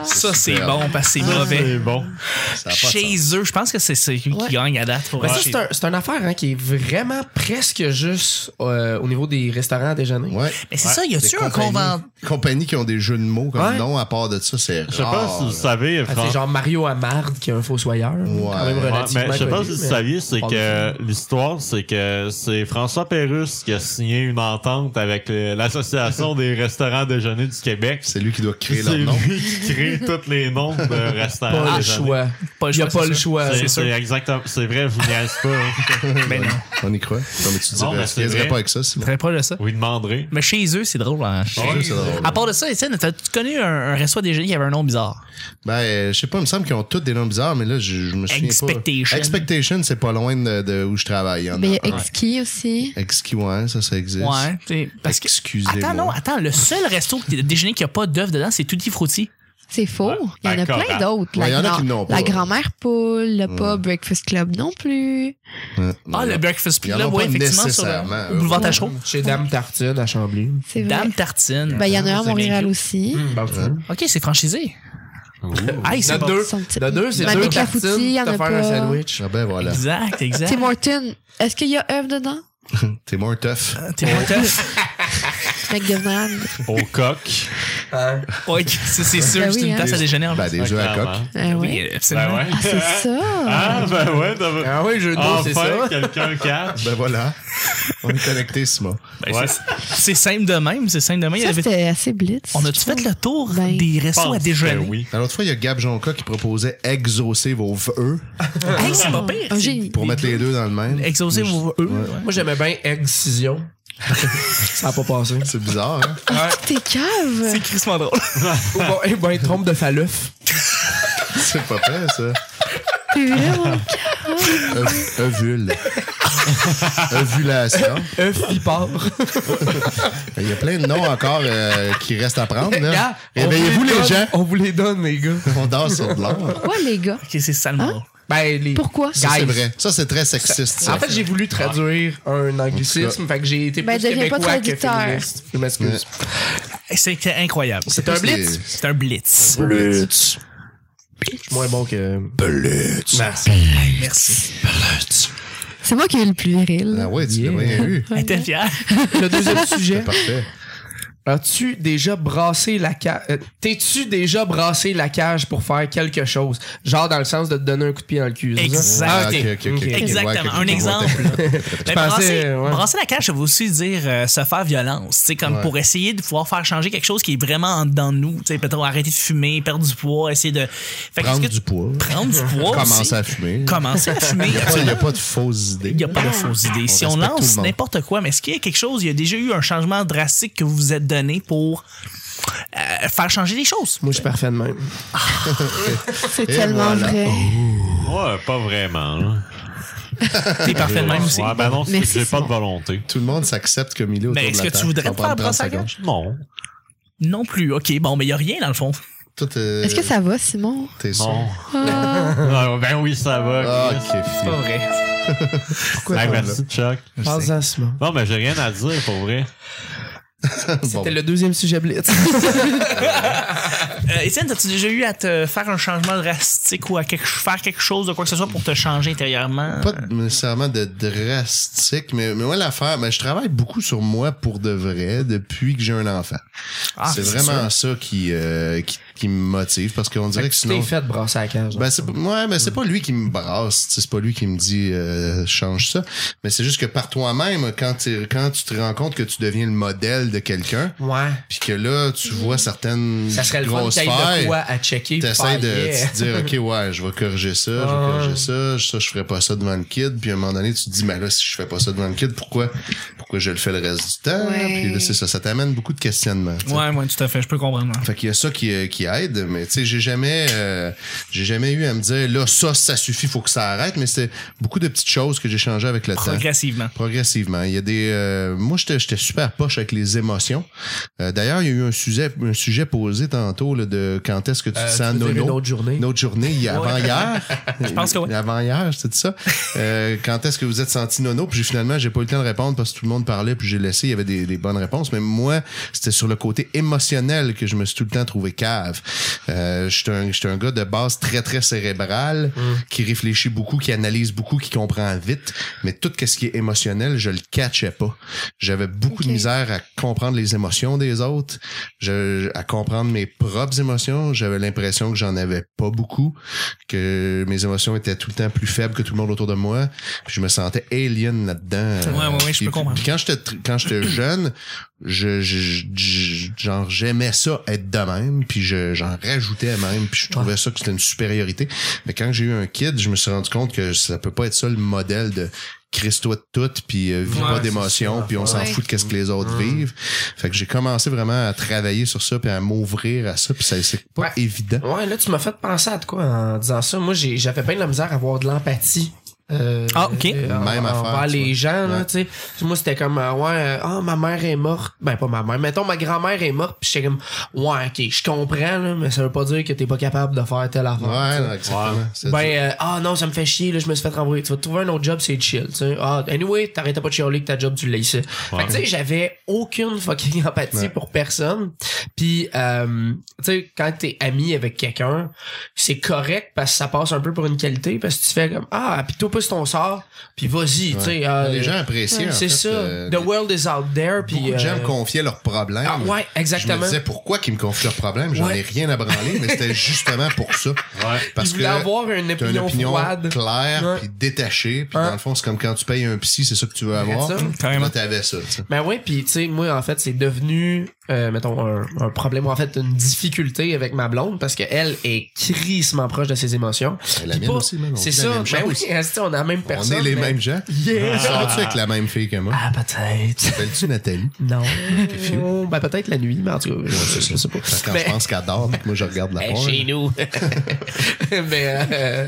Speaker 1: Ça, c'est
Speaker 3: superbe.
Speaker 1: bon parce que c'est
Speaker 5: Ah, ben.
Speaker 1: mauvais.
Speaker 6: C'est bon.
Speaker 3: Ça a pas de
Speaker 1: Chez
Speaker 3: sens.
Speaker 1: eux, je pense que c'est celui
Speaker 4: Ouais.
Speaker 1: qui gagne à date. pour
Speaker 5: Mais ça,
Speaker 1: vrai.
Speaker 5: c'est un- c'est une affaire hein, qui est vraiment presque juste euh, au niveau des restaurants à déjeuner.
Speaker 3: Ouais.
Speaker 1: Mais c'est ça, y
Speaker 3: Des
Speaker 1: a-tu un
Speaker 3: compagnies-
Speaker 1: convent?
Speaker 3: Compagnies qui ont des jeux de mots comme
Speaker 5: Ouais.
Speaker 3: nom, à part de ça, c'est
Speaker 6: Je sais pas
Speaker 3: rare.
Speaker 6: si vous savez,
Speaker 5: Ah,
Speaker 6: Fran-
Speaker 5: c'est genre Mario Amard qui est un fossoyeur. Quand même
Speaker 3: Ouais,
Speaker 6: Ouais,
Speaker 5: relativement
Speaker 6: mais je sais pas
Speaker 5: connu,
Speaker 6: si vous
Speaker 5: mais-
Speaker 6: saviez, c'est
Speaker 5: Pardon.
Speaker 6: que l'histoire, c'est que c'est François Pérusse qui a signé une entente avec euh, l'Association des restaurants déjeuners du Québec.
Speaker 3: C'est lui qui doit créer leur
Speaker 6: [laughs] C'est
Speaker 3: nom.
Speaker 6: lui
Speaker 5: [laughs]
Speaker 6: qui crée tous les noms de restaurants.
Speaker 5: Pas le
Speaker 6: déjeuners.
Speaker 5: choix.
Speaker 1: Pas le
Speaker 5: Il y a
Speaker 1: choix, c'est
Speaker 5: pas le
Speaker 1: ça.
Speaker 5: choix.
Speaker 6: C'est c'est exactement, c'est vrai, je vous niaise pas. hein.
Speaker 1: Ben non.
Speaker 3: On y croit. Non, mais tu dirais,
Speaker 6: Non, mais
Speaker 3: tu
Speaker 6: ben, c'est
Speaker 3: niaiserais
Speaker 6: vrai.
Speaker 3: pas avec ça, sinon.
Speaker 1: Très proche de ça.
Speaker 6: Vous lui demanderez.
Speaker 1: Mais chez eux, c'est drôle. hein.
Speaker 3: Je trouve que c'est drôle.
Speaker 1: À part de ça, Étienne, t'as-tu connu un, un resto à déjeuner qui avait un nom bizarre?
Speaker 3: Ben, euh, je sais pas, il me semble qu'ils ont tous des noms bizarres, mais là, je, je me souviens
Speaker 1: Expectation.
Speaker 3: pas. Expectation, c'est pas loin de, de où je travaille. hein,
Speaker 4: Mais il y a
Speaker 3: Excusez
Speaker 4: exquis aussi.
Speaker 3: ouais, ça, ça existe.
Speaker 1: Ouais. t'sais, Parce que...
Speaker 3: Excusez-moi.
Speaker 1: Attends, non, attends. Le seul resto qui- de déjeuner qui a pas d'œufs dedans, c'est Tutti Frutti.
Speaker 4: C'est faux. Il y en a
Speaker 6: D'accord.
Speaker 4: plein d'autres.
Speaker 3: Ouais, Ben, il y
Speaker 4: La,
Speaker 3: en a qui
Speaker 4: grand-
Speaker 3: n'ont pas.
Speaker 4: la grand-mère poule, le pas
Speaker 3: Ouais.
Speaker 4: Breakfast Club non plus.
Speaker 3: Ouais.
Speaker 1: Ah, le Breakfast
Speaker 3: Ils en
Speaker 1: Club, là,
Speaker 3: ont
Speaker 1: ouais,
Speaker 3: pas
Speaker 1: effectivement, sur euh,
Speaker 3: nécessairement,
Speaker 1: au boulevard
Speaker 3: euh,
Speaker 1: Tachereau.
Speaker 5: Chez Dame Tartine à Chambly.
Speaker 3: Hmm.
Speaker 4: C'est vrai.
Speaker 1: Dame Tartine.
Speaker 4: Ben, il y en a un à
Speaker 1: C'est
Speaker 4: Montréal
Speaker 1: bien.
Speaker 4: aussi.
Speaker 5: Hum, bon, tu-
Speaker 1: OK, c'est franchisé. Hey,
Speaker 5: Il y en
Speaker 1: c'est
Speaker 5: a
Speaker 1: bon.
Speaker 5: deux.
Speaker 4: Son petit-
Speaker 5: Il y en a deux, c'est
Speaker 4: Ma
Speaker 5: deux
Speaker 4: Mick Lafouty,
Speaker 5: tartines.
Speaker 4: il y en
Speaker 5: t'as
Speaker 4: a
Speaker 5: faire un
Speaker 4: pas.
Speaker 5: sandwich.
Speaker 3: Ah ben voilà.
Speaker 1: Exact, exact.
Speaker 4: Tim Horton, est-ce qu'il y a œuf dedans?
Speaker 3: T'es moins tough.
Speaker 1: Tim
Speaker 3: [laughs]
Speaker 1: Hortons.
Speaker 4: McDonald's.
Speaker 1: [laughs]
Speaker 6: Au coq.
Speaker 5: Hein?
Speaker 1: Ouais, c'est c'est sûr,
Speaker 4: Ben
Speaker 1: c'est
Speaker 4: oui,
Speaker 1: une
Speaker 4: hein.
Speaker 1: tasse à déjeuner en
Speaker 3: Ben,
Speaker 1: plus.
Speaker 3: des jeux à coq.
Speaker 6: Clairement.
Speaker 4: Ah ouais.
Speaker 1: Oui, absolument.
Speaker 6: Ben ouais.
Speaker 4: Ah,
Speaker 1: [laughs]
Speaker 4: c'est ça.
Speaker 6: Ah, [laughs] ben ouais, t'as-
Speaker 5: Ah oui, je dos, c'est
Speaker 6: Enfin,
Speaker 5: ça.
Speaker 6: quelqu'un catch.
Speaker 3: Ben voilà. [laughs] On est connecté, Simon.
Speaker 1: Ben,
Speaker 6: Ouais.
Speaker 1: c'est- C'est simple de même, c'est simple de même. Il y
Speaker 4: Ça,
Speaker 1: avait-
Speaker 4: c'était assez blitz.
Speaker 1: On
Speaker 4: je
Speaker 1: a-tu fait
Speaker 4: trouve.
Speaker 1: le tour
Speaker 4: Ben,
Speaker 1: des restos à
Speaker 6: Pense que
Speaker 1: déjeuner?
Speaker 6: Oui.
Speaker 3: Alors, L'autre fois, il y a Gab Jonca qui proposait exaucer vos vœux
Speaker 1: Hey, c'est pas pire.
Speaker 4: Un génie.
Speaker 3: pour mettre les deux dans le même.
Speaker 1: Exaucer vos eux.
Speaker 5: Moi, j'aimais bien Excision. [laughs] ça a pas passé.
Speaker 3: C'est bizarre, hein? [laughs]
Speaker 4: T'es cave.
Speaker 1: C'est crissement drôle.
Speaker 5: Ou bon, eh ben, trompe de Faluf.
Speaker 3: C'est pas vrai, ça.
Speaker 4: T'es vraiment
Speaker 3: Ov- [laughs] Ovule. Ovulation.
Speaker 5: Œuf, il part.
Speaker 3: Il y a plein de noms encore euh, qui restent à prendre. là.
Speaker 5: Gars, on
Speaker 3: Réveillez-vous,
Speaker 5: vous
Speaker 3: les
Speaker 5: donne-
Speaker 3: gens.
Speaker 5: On vous les donne, les gars.
Speaker 3: On dort sur de l'or.
Speaker 4: quoi, les gars?
Speaker 1: Ok, c'est
Speaker 4: Hein?
Speaker 1: salement drôle.
Speaker 5: Ben, les...
Speaker 4: Pourquoi?
Speaker 3: Ça, c'est
Speaker 5: Guys.
Speaker 3: vrai. Ah. Ça, c'est très sexiste. ça.
Speaker 5: En fait, j'ai voulu traduire un anglicisme, fait que j'ai été
Speaker 4: Ben,
Speaker 5: plus
Speaker 4: deviens
Speaker 5: québécois
Speaker 4: pas
Speaker 5: que
Speaker 4: traducteur.
Speaker 5: féministe. Je m'excuse.
Speaker 1: C'était incroyable.
Speaker 5: C'est un
Speaker 3: C'est-
Speaker 5: blitz.
Speaker 1: C'est un blitz.
Speaker 5: Blitz. Moins bon que... Blitz.
Speaker 1: Merci.
Speaker 4: C'est moi qui ai eu le plus viril.
Speaker 3: Ah ouais, Ah tu l'as
Speaker 5: Yeah.
Speaker 3: bien eu. [laughs]
Speaker 1: Elle était fière.
Speaker 5: Le deuxième sujet.
Speaker 3: Parfait.
Speaker 5: As-tu déjà brassé la cage? T'es-tu déjà brassé la cage pour faire quelque chose? Genre dans le sens de te donner un coup de pied dans le cul. c'est ça?
Speaker 1: Exact.
Speaker 5: Ah,
Speaker 3: Ah,
Speaker 5: ok.
Speaker 3: ok, ok, ok, ok, ouais,
Speaker 1: Exactement.
Speaker 3: ok,
Speaker 1: Un
Speaker 3: ok,
Speaker 1: exemple.
Speaker 3: ouais, t'as [laughs] plus-
Speaker 1: Ben,
Speaker 5: pensais,
Speaker 1: brasser,
Speaker 5: ouais.
Speaker 1: brasser la cage, ça veut aussi dire euh, se faire violence. C'est comme
Speaker 3: Ouais.
Speaker 1: pour essayer de pouvoir faire changer quelque chose qui est vraiment en dedans de nous. Tu sais, Peut-être arrêter de fumer, perdre du poids, essayer de. Fait que est-ce
Speaker 3: Prendre
Speaker 1: que
Speaker 3: du poids.
Speaker 1: tu- prendre du
Speaker 3: [laughs]
Speaker 1: poids. aussi.
Speaker 3: Commencer à fumer.
Speaker 1: Commencer
Speaker 3: [laughs]
Speaker 1: à fumer.
Speaker 3: Il n'y a pas de fausses idées.
Speaker 1: Il n'y a pas de fausses idées.
Speaker 3: On
Speaker 1: si on
Speaker 3: respecte tout
Speaker 1: lance
Speaker 3: le monde.
Speaker 1: n'importe quoi, mais est-ce qu'il y a quelque chose, il y a déjà eu un changement drastique que vous vous êtes donné pour euh, faire changer les choses?
Speaker 5: Moi, je suis parfait de même.
Speaker 4: C'est
Speaker 3: Et
Speaker 4: tellement
Speaker 3: voilà. Oh.
Speaker 4: vrai.
Speaker 6: Ouais, pas vraiment. là.
Speaker 3: [laughs]
Speaker 1: T'es parfait de Ah, même aussi.
Speaker 6: Ouais, ben non, c'est que
Speaker 4: Merci,
Speaker 6: j'ai pas de
Speaker 4: Simon.
Speaker 6: volonté.
Speaker 3: Tout le monde s'accepte comme il est autour
Speaker 1: Mais
Speaker 3: de
Speaker 1: Ben, est-ce
Speaker 3: la
Speaker 1: que
Speaker 3: table.
Speaker 1: tu voudrais
Speaker 3: Ça
Speaker 1: te
Speaker 3: va
Speaker 1: faire
Speaker 3: prendre 30
Speaker 1: brasser la
Speaker 3: secondes.
Speaker 1: gorge?
Speaker 6: Non.
Speaker 1: Non plus. OK, bon, mais il n'y a rien dans le fond.
Speaker 3: Toi, t'es-
Speaker 4: Est-ce que ça
Speaker 1: [laughs]
Speaker 4: va, Simon?
Speaker 3: T'es sûr?
Speaker 6: Non.
Speaker 4: Ah,
Speaker 6: [laughs] Ah, ben oui, ça va.
Speaker 3: Ah,
Speaker 6: Chris.
Speaker 3: ok, fille.
Speaker 1: vrai.
Speaker 3: Pourquoi
Speaker 6: Ah,
Speaker 3: t'es là?
Speaker 6: merci, Chuck.
Speaker 5: Pense à ce moment.
Speaker 6: Non, mais j'ai rien à dire, pour vrai.
Speaker 3: Bon.
Speaker 5: C'était le deuxième sujet blitz.
Speaker 1: Euh, Étienne, as-tu déjà eu à te faire un changement drastique ou à quelque- faire quelque chose de quoi que ce soit pour te changer intérieurement?
Speaker 3: Pas de- nécessairement de drastique, mais, mais moi, l'affaire, mais je travaille beaucoup sur moi pour de vrai depuis que j'ai un enfant.
Speaker 1: Ah,
Speaker 3: c'est vraiment ça qui, euh, qui, qui me motive parce qu'on dirait
Speaker 5: Fait
Speaker 3: que,
Speaker 5: que tu
Speaker 3: sinon.
Speaker 5: t'es fait brasser la cage.
Speaker 3: Ben c'est pas- ouais, mais c'est pas lui qui me brasse, tu sais, c'est pas lui qui me dit euh, change ça, mais c'est juste que par toi-même quand tu quand tu te rends compte que tu deviens le modèle de quelqu'un,
Speaker 5: hein? ouais.
Speaker 3: puis que là tu
Speaker 4: Mm.
Speaker 3: vois certaines
Speaker 5: Ça serait le fun
Speaker 3: grosses
Speaker 5: qu'il y ait de
Speaker 3: failles,
Speaker 5: quoi à checker.
Speaker 3: t'essaies
Speaker 5: faire,
Speaker 3: de
Speaker 5: yeah.
Speaker 3: te dire ok ouais je vais corriger ça, je vais
Speaker 5: Ah.
Speaker 3: corriger ça, ça je ferai pas ça devant le kid, puis à un moment donné tu te dis mais là si je fais pas ça devant le kid pourquoi pourquoi je le fais le reste du temps,
Speaker 4: Ouais.
Speaker 3: puis là c'est ça, ça t'amène beaucoup de questionnements. tu sais.
Speaker 1: Ouais, ouais, tout à fait, je peux comprendre.
Speaker 3: Fait qu'il y a ça qui, euh, qui aide, mais tu sais, j'ai jamais, euh, j'ai jamais eu à me dire, là, ça, ça suffit, faut que ça arrête, mais c'est beaucoup de petites choses que j'ai changé avec le
Speaker 1: Ah,
Speaker 3: temps.
Speaker 1: Progressivement.
Speaker 3: Progressivement. Il y a des, euh, moi, j'étais, j'étais super poche avec les émotions. Euh, d'ailleurs, il y a eu un sujet, un sujet posé tantôt, là, de quand est-ce que tu te
Speaker 5: Euh,
Speaker 3: sens
Speaker 5: tu veux dire
Speaker 3: nono.
Speaker 5: une autre journée?
Speaker 3: Une autre journée, il y a avant hier.
Speaker 5: [laughs]
Speaker 3: Je
Speaker 1: pense que oui.
Speaker 3: Avant hier,
Speaker 1: [laughs]
Speaker 3: c'était ça. Euh, quand est-ce que vous êtes senti nono? Puis j'ai- finalement, j'ai pas eu le temps de répondre parce que tout le monde parlait, puis j'ai laissé, il y avait des, des bonnes réponses. Mais moi, c'était sur le côté émotionnel que je me suis tout le temps trouvé cave. Euh, j'étais un, j'étais un gars de base très, très cérébral,
Speaker 1: Mm.
Speaker 3: qui réfléchit beaucoup, qui analyse beaucoup, qui comprend vite. Mais tout ce qui est émotionnel, je le catchais pas. J'avais beaucoup de
Speaker 4: Ok.
Speaker 3: misère à comprendre les émotions des autres, je- à comprendre mes propres émotions. J'avais l'impression que j'en avais pas beaucoup que mes émotions étaient tout le temps plus faibles que tout le monde autour de moi. Puis je me sentais alien là-dedans. Euh,
Speaker 1: Ouais, ouais, ouais, je
Speaker 3: puis-
Speaker 1: peux comprendre.
Speaker 3: Puis quand j'étais tr-
Speaker 1: [clears throat]
Speaker 3: quand j'étais jeune, je, je- je- genre j'aimais ça être de même, puis je- j'en rajoutais à même, puis je trouvais ça que c'était une supériorité. Mais quand j'ai eu un kid, je me suis rendu compte que ça peut pas être ça le modèle de Christ-toi de tout, puis euh, vis
Speaker 1: Ouais,
Speaker 3: pas
Speaker 1: c'est Mm.
Speaker 3: d'émotion, puis on s'en
Speaker 4: Ouais.
Speaker 3: fout de qu'est-ce que les autres vivent. Fait que j'ai commencé vraiment à travailler sur ça, puis à m'ouvrir à ça, puis ça c'est pas
Speaker 5: Ouais.
Speaker 3: évident.
Speaker 5: Ouais, là, tu m'as fait penser à de quoi en disant ça. Moi, j'ai- j'avais bien de la misère à avoir de l'empathie. euh,
Speaker 1: Ah, ok.
Speaker 5: en-
Speaker 3: Même affaire,
Speaker 5: envers
Speaker 3: tu
Speaker 5: les
Speaker 3: vois.
Speaker 5: gens, là,
Speaker 3: Ouais.
Speaker 5: tu sais. Moi, c'était comme, euh, ouais, euh, ah, ma mère est morte. Ben, pas ma mère. Mettons, ma grand-mère est morte, pis j'étais comme, ouais, ok, je comprends, là, mais ça veut pas dire que t'es pas capable de faire telle affaire.
Speaker 3: Ouais,
Speaker 5: tu sais.
Speaker 3: non, exactement. C'est
Speaker 5: Ben, euh, ah non, ça me fait chier, là, je me suis fait renvoyer. Tu vas te trouver un autre job, c'est chill. tu sais. Ah, anyway, t'arrêtais pas de chialer que ta job, tu l'as ici. Fait que, tu sais, j'avais aucune fucking empathie
Speaker 3: Ouais.
Speaker 5: pour personne. Puis, euh, tu sais, quand t'es ami avec quelqu'un, c'est correct parce que ça passe un peu pour une qualité, parce que tu fais comme, ah, puis toi, pousse ton sort, puis vas-y, tu sais. euh,
Speaker 3: les gens apprécient. en
Speaker 5: C'est
Speaker 3: fait,
Speaker 5: ça.
Speaker 3: euh,
Speaker 5: The world is out there, puis.
Speaker 3: beaucoup de gens
Speaker 5: euh,
Speaker 3: me confiaient leurs problèmes.
Speaker 5: ah, ouais,
Speaker 3: Je me
Speaker 5: exactement.
Speaker 3: disais pourquoi qu'ils me confient leurs problèmes. J'en
Speaker 5: Ouais.
Speaker 3: ai rien à branler,
Speaker 5: [laughs]
Speaker 3: mais c'était justement pour ça. Parce
Speaker 5: Ils
Speaker 3: que
Speaker 5: voulaient avoir une
Speaker 3: t'as une
Speaker 5: opinion
Speaker 3: opinion
Speaker 5: froide. Ouais.
Speaker 3: claire, puis détachée. Puis
Speaker 5: Hein.
Speaker 3: dans le fond, c'est comme quand tu payes un psy, c'est ça que tu veux avoir.
Speaker 5: ça.
Speaker 1: Carrément.
Speaker 3: Là, t'avais ça. tu sais.
Speaker 5: Ben ouais, puis tu sais, moi en fait, c'est devenu, euh, mettons, un, un problème, en fait, une difficulté avec ma blonde parce qu'elle est crissement proche de ses émotions.
Speaker 3: Et La
Speaker 5: Puis
Speaker 3: mienne
Speaker 5: pas-
Speaker 3: aussi, même. on
Speaker 5: C'est
Speaker 3: vit la
Speaker 5: ça,
Speaker 3: même
Speaker 5: ben
Speaker 3: chose.
Speaker 5: [laughs] oui, esti, on a la même
Speaker 3: On
Speaker 5: personne.
Speaker 3: est les
Speaker 5: mais-
Speaker 3: mêmes
Speaker 5: [laughs]
Speaker 3: Ah. gens.
Speaker 5: Yeah.
Speaker 3: Sors-tu avec la même fille que moi?
Speaker 5: Ah, peut-être.
Speaker 3: T'appelles-tu Nathalie? [laughs]
Speaker 5: Non. Oh, ben peut-être la nuit, mais en tout cas, je, je sais pas.
Speaker 3: Parce que quand
Speaker 5: Mais-
Speaker 3: je pense qu'elle dort, puis que moi, je regarde la
Speaker 5: Eh,
Speaker 3: porte.
Speaker 5: chez
Speaker 3: [laughs]
Speaker 5: nous. mais euh,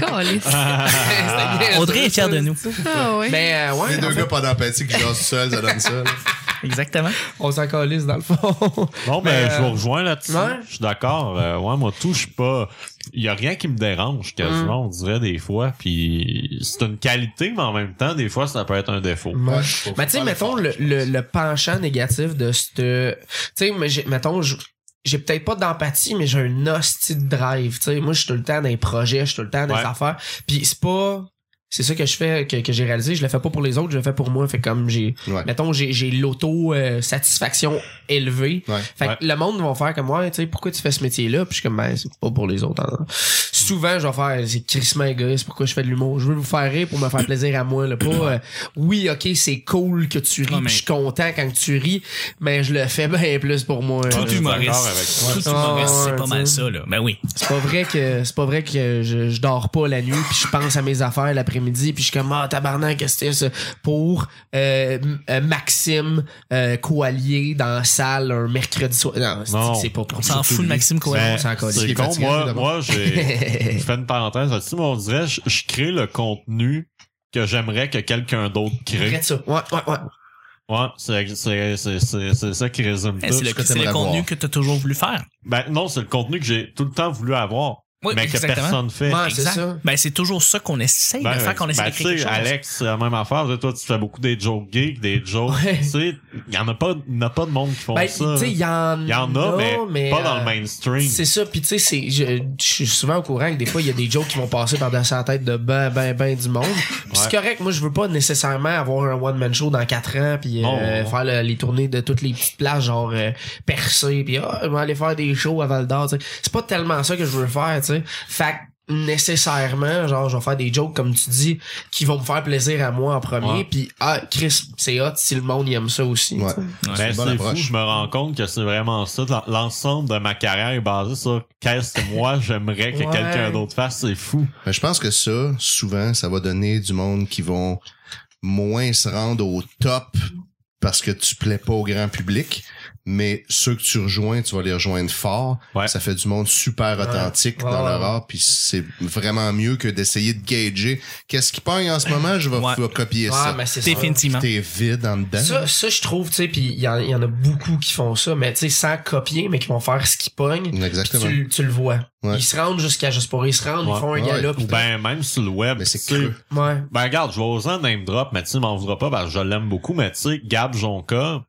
Speaker 4: calice.
Speaker 1: Ah.
Speaker 5: [laughs] c'est-
Speaker 1: Audrey est fière de nous.
Speaker 4: Ah ouais.
Speaker 5: Mais euh, ouais,
Speaker 3: Les
Speaker 5: en
Speaker 3: deux
Speaker 5: fait,
Speaker 3: gars pas d'empathie qui jasent seuls, ça donne ça. là.
Speaker 1: Exactement.
Speaker 5: on s'en calisse dans le fond.
Speaker 6: Non, ben,
Speaker 5: Mais,
Speaker 6: je vous
Speaker 5: euh,
Speaker 6: rejoins là-dessus.
Speaker 5: ouais.
Speaker 6: Je suis d'accord. Euh, ouais, moi, tout, je suis pas. Il y a rien qui me dérange quasiment, on dirait des fois. Puis c'est une qualité, mais en même temps, des fois, ça peut être un défaut.
Speaker 5: euh,
Speaker 3: Ouais, faut- faut
Speaker 5: Mais tu sais,
Speaker 3: faire
Speaker 5: mettons,
Speaker 3: l'effort,
Speaker 5: le,
Speaker 3: je pense.
Speaker 5: le, le penchant négatif de ce... Tu sais, mais j'ai- mettons, je- j'ai peut-être pas d'empathie, mais j'ai un hostie de drive. Tu sais, moi, je suis tout le temps dans les projets, je suis tout le temps dans les
Speaker 6: Ouais.
Speaker 5: affaires. Puis c'est pas... c'est ça que je fais, que, que j'ai réalisé. Je le fais pas pour les autres, je le fais pour moi. Fait que comme j'ai,
Speaker 3: Ouais.
Speaker 5: mettons, j'ai, j'ai l'auto-satisfaction élevée.
Speaker 3: Ouais.
Speaker 5: Fait
Speaker 6: Ouais.
Speaker 5: que le monde va faire comme, ouais, tu sais, pourquoi tu fais ce métier-là? Puis je suis comme, ben, c'est pas pour les autres. hein. Souvent, je vais faire, c'est crissement égoïste, pourquoi je fais de l'humour? Je veux vous faire rire pour me faire plaisir à moi, là. Pas, euh, oui, ok, c'est cool que tu ris,
Speaker 1: Non,
Speaker 5: puis
Speaker 1: mais-
Speaker 5: je suis content quand tu ris, mais je le fais bien plus pour moi. là.
Speaker 1: Tout
Speaker 6: suis
Speaker 1: humoriste.
Speaker 6: d'accord avec toi.
Speaker 1: Tout humoriste,
Speaker 5: Ah,
Speaker 1: c'est
Speaker 5: ouais,
Speaker 1: pas
Speaker 5: tu
Speaker 1: mal
Speaker 5: sais.
Speaker 1: ça, là. Ben oui.
Speaker 5: C'est pas vrai que c'est pas vrai que je, je dors pas la nuit puis je pense à mes affaires l'après-midi puis je suis comme ah tabarnak qu'est-ce que c'est ça pour euh, M- euh, Maxime euh, Coallier dans la salle un mercredi soir non, c'est-
Speaker 6: Non.
Speaker 5: c'est pas pour
Speaker 1: On s'en fout de Maxime Cohen.
Speaker 6: Ben,
Speaker 5: on s'en colle.
Speaker 3: Il est
Speaker 6: C'est con,
Speaker 3: fatigué,
Speaker 6: moi,
Speaker 3: d'abord.
Speaker 5: [laughs]
Speaker 6: moi j'ai je fais une parenthèse là-dessus, mais on dirait je, je crée le contenu que j'aimerais que quelqu'un d'autre crée.
Speaker 5: Arrête ça ouais ouais ouais
Speaker 6: Ouais, c'est c'est- c'est- c'est- c'est ça qui résume
Speaker 1: Ben,
Speaker 6: tout.
Speaker 1: c'est le,
Speaker 3: que
Speaker 1: c'est le
Speaker 3: t'aimerais
Speaker 1: contenu
Speaker 3: voir.
Speaker 1: que t'as toujours voulu faire.
Speaker 6: Ben non, c'est le contenu que j'ai tout le temps voulu avoir,
Speaker 1: Oui,
Speaker 6: mais
Speaker 1: exactement.
Speaker 6: Ben, que personne fait.
Speaker 5: Ouais, c'est
Speaker 1: Exact.
Speaker 5: ça
Speaker 1: Ben, c'est toujours ça qu'on essaye
Speaker 6: Ben,
Speaker 1: de faire, qu'on
Speaker 6: ben,
Speaker 1: essaye
Speaker 6: tu
Speaker 1: de créer
Speaker 6: sais,
Speaker 1: quelque chose.
Speaker 6: Alex, c'est la même affaire. Toi, tu fais beaucoup des jokes geeks, des jokes.
Speaker 5: Ouais.
Speaker 6: Tu sais, il y en a pas, il y en a pas de monde qui font
Speaker 5: ben tu
Speaker 6: ça.
Speaker 5: sais il y en
Speaker 6: Il y en a, mais, pas dans
Speaker 5: euh,
Speaker 6: le mainstream.
Speaker 5: C'est ça, puis tu sais, c'est- je, je suis souvent au courant que des fois, il y a des jokes qui vont passer par-dessus la tête de ben, ben, ben du monde. Puis c'est correct, moi, je veux pas nécessairement avoir un one-man show dans 4 ans, puis euh,
Speaker 6: Non, non, non.
Speaker 5: faire le- les tournées de toutes les petites places, genre euh, percées, puis ah, je vais aller faire des shows à Val d'Or, tu sais. C'est pas tellement ça que je veux faire, tu sais. Fait que, nécessairement genre je vais faire des jokes comme tu dis qui vont me faire plaisir à moi en premier
Speaker 6: Ouais.
Speaker 5: puis ah Chris c'est hot si le monde il aime ça aussi
Speaker 3: Ouais.
Speaker 1: Ouais.
Speaker 5: tu sais.
Speaker 6: Ben,
Speaker 3: une
Speaker 6: c'est
Speaker 3: bonne
Speaker 6: fou,
Speaker 3: approche.
Speaker 6: je me rends compte que c'est vraiment ça. L'en- L'ensemble de ma carrière est basé sur qu'est-ce que moi [laughs] j'aimerais que
Speaker 5: Ouais.
Speaker 6: quelqu'un d'autre fasse. C'est fou.
Speaker 3: Mais Ben, je pense que ça, souvent, ça va donner du monde qui vont moins se rendre au top parce que tu plais pas au grand public. Mais ceux que tu rejoins, tu vas les rejoindre fort.
Speaker 6: Ouais.
Speaker 3: Ça fait du monde super authentique
Speaker 5: Ouais,
Speaker 3: dans
Speaker 5: ouais,
Speaker 3: leur
Speaker 5: ouais.
Speaker 3: art, puis c'est vraiment mieux que d'essayer de gager. Qu'est-ce qui pogne en ce moment? Je vais,
Speaker 1: Ouais.
Speaker 3: je vais copier
Speaker 5: Ah,
Speaker 3: ça.
Speaker 5: mais c'est ça.
Speaker 1: Définitivement.
Speaker 3: T'es vide en dedans.
Speaker 5: Ça, ça je trouve, tu sais, puis il y, en- il y en a beaucoup qui font ça, mais tu sais, sans copier, mais qui vont faire ce qu'ils pognent. puis
Speaker 3: Exactement.
Speaker 5: Tu, tu le vois.
Speaker 3: Ouais.
Speaker 5: Ils se rendent jusqu'à juste pour ils se rendent,
Speaker 6: Ouais.
Speaker 5: ils font un
Speaker 3: Ouais.
Speaker 5: gala.
Speaker 6: Ou
Speaker 5: puis-
Speaker 6: ben, même sur le web.
Speaker 3: Mais c'est
Speaker 6: tu sais,
Speaker 3: creux.
Speaker 5: ouais.
Speaker 6: Ben, regarde, je vais oser un name drop, mais tu sais, m'en voudras pas parce que je l'aime beaucoup, mais tu sais, Gab Jonka,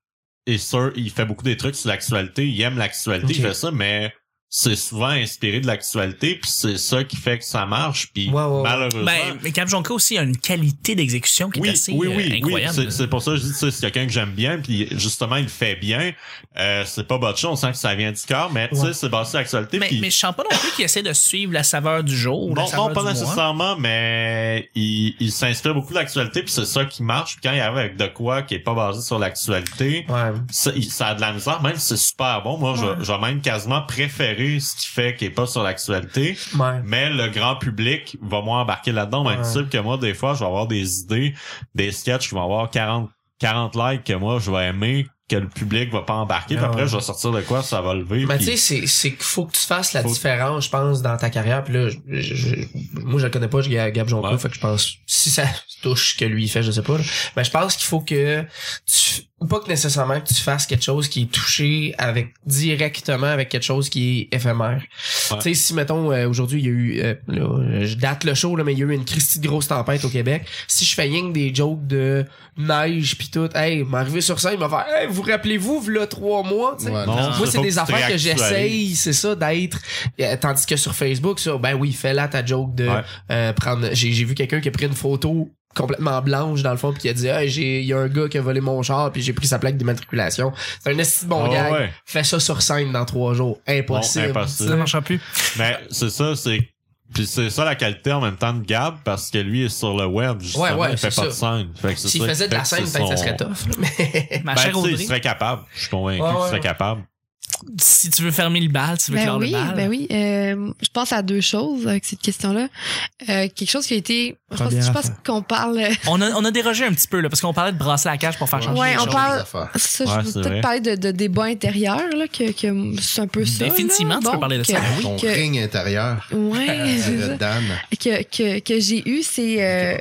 Speaker 6: et sûr, il fait beaucoup des trucs sur l'actualité, il aime l'actualité, il
Speaker 5: Ok.
Speaker 6: fait ça, mais c'est souvent inspiré de l'actualité, puis c'est ça qui fait que ça marche, puis
Speaker 5: Ouais, ouais, ouais.
Speaker 6: malheureusement...
Speaker 1: Ben, mais Cap Jonka aussi a une qualité d'exécution qui
Speaker 6: oui,
Speaker 1: est assez
Speaker 6: oui,
Speaker 1: euh,
Speaker 6: oui, oui,
Speaker 1: incroyable.
Speaker 6: c'est- c'est pour ça que je dis, tu sais, c'est quelqu'un que j'aime bien, puis justement, il le fait bien, euh, c'est pas botché, on sent que ça vient du cœur, mais tu sais,
Speaker 5: Ouais.
Speaker 6: c'est basé sur l'actualité,
Speaker 1: mais,
Speaker 6: puis-
Speaker 1: mais je sens pas non plus qu'il essaie de suivre la saveur du jour. ou la
Speaker 6: Non,
Speaker 1: saveur
Speaker 6: non, pas
Speaker 1: du mois.
Speaker 6: nécessairement, mais il, il s'inspire beaucoup de l'actualité, puis c'est ça qui marche. Puis quand il arrive avec de quoi qui est pas basé sur l'actualité,
Speaker 5: Ouais.
Speaker 6: ça, il- ça a de la misère, même si c'est super bon. Moi, je- j'ai même quasiment préféré ce qu'il fait qui est pas sur l'actualité.
Speaker 5: Ouais.
Speaker 6: Mais le grand public va moins embarquer là-dedans. Même
Speaker 5: Ouais.
Speaker 6: si que moi, des fois, je vais avoir des idées, des sketchs qui vont avoir 40, 40 likes que moi, je vais aimer, que le public va pas embarquer. Puis
Speaker 5: Ah Ouais.
Speaker 6: après, je vais sortir de quoi, ça va lever.
Speaker 5: Mais
Speaker 6: puis-
Speaker 5: tu sais, c'est- c'est qu'il faut que tu fasses la
Speaker 6: Faut-
Speaker 5: différence, je pense, dans ta carrière. Puis là, je- je- je- moi, je le connais pas, je Gab Jonko,
Speaker 6: Ouais.
Speaker 5: fait que je pense, si ça touche ce que lui il fait, je sais pas. là. Mais je pense qu'il faut que tu, pas que nécessairement que tu fasses quelque chose qui est touché avec, directement avec quelque chose qui est éphémère.
Speaker 6: Ouais.
Speaker 5: Tu sais, si, mettons, euh, aujourd'hui, il y a eu, euh, là, euh, je date le show, là, mais il y a eu une Christie de grosse tempête au Québec. Si je fais rien que des jokes de neige pis tout, hey, m'arriver sur scène, il m'a fait, hey, vous rappelez-vous, v'là trois mois, tu sais.
Speaker 3: Ouais,
Speaker 6: Non,
Speaker 5: Moi,
Speaker 6: faut
Speaker 5: c'est
Speaker 6: que
Speaker 5: des
Speaker 6: tu te
Speaker 5: affaires que
Speaker 6: réactualises.
Speaker 5: j'essaye, c'est ça, d'être. euh, Tandis que sur Facebook, ça, ben oui, fais là ta joke de
Speaker 6: Ouais.
Speaker 5: euh, prendre. J'ai j'ai vu quelqu'un qui a pris une photo complètement blanche dans le fond puis qui a dit ah j'ai il y a un gars qui a volé mon char puis j'ai pris sa plaque d'immatriculation c'est un esti de bon
Speaker 6: Ah
Speaker 5: gag
Speaker 6: ouais.
Speaker 5: fais ça sur scène dans trois jours impossible,
Speaker 6: Non, impossible.
Speaker 5: tu sais.
Speaker 1: marchera plus.
Speaker 6: Mais c'est ça, c'est. Puis c'est ça la qualité en même temps de Gab parce que lui est sur le web, justement,
Speaker 5: Ouais, ouais,
Speaker 6: il fait
Speaker 5: c'est
Speaker 6: pas de scène. Fait que c'est
Speaker 5: s'il
Speaker 6: ça
Speaker 5: faisait
Speaker 6: qui
Speaker 5: de la
Speaker 6: fait
Speaker 5: scène
Speaker 6: que c'est
Speaker 5: peut-être que ça
Speaker 6: son-
Speaker 5: serait tough là, mais
Speaker 1: Ma
Speaker 6: Ben,
Speaker 1: chère
Speaker 6: tu sais, il
Speaker 1: Audrey,
Speaker 6: serait capable. Je suis convaincu
Speaker 5: Ouais,
Speaker 6: qu'il
Speaker 5: ouais.
Speaker 6: serait capable.
Speaker 1: si tu veux fermer le bal, tu veux
Speaker 4: Ben
Speaker 1: clore
Speaker 4: oui,
Speaker 1: le bal.
Speaker 4: ben oui. Euh, je pense à deux choses avec cette question-là. Euh, quelque chose qui a été. Je pense,
Speaker 5: Première
Speaker 4: je pense qu'on parle. euh,
Speaker 1: On, a, on a dérogé un petit peu, là, parce qu'on parlait de brasser la cage pour faire changer
Speaker 4: Ouais,
Speaker 1: les
Speaker 4: on
Speaker 1: choses.
Speaker 4: parle-
Speaker 3: Des affaires.
Speaker 4: [laughs] Ça,
Speaker 6: Ouais,
Speaker 4: je
Speaker 6: c'est
Speaker 4: veux
Speaker 6: vrai.
Speaker 4: peut-être parler de, de débat intérieur, là, que, que c'est un peu ça. là.
Speaker 1: Définitivement, tu peux parler de
Speaker 4: que-
Speaker 1: ça. Ah
Speaker 3: Ton
Speaker 4: que-
Speaker 3: ring
Speaker 4: [laughs]
Speaker 3: intérieur.
Speaker 1: [laughs]
Speaker 4: Ouais, c'est ça.
Speaker 3: euh, Dan.
Speaker 4: que, que, que j'ai eu, c'est euh,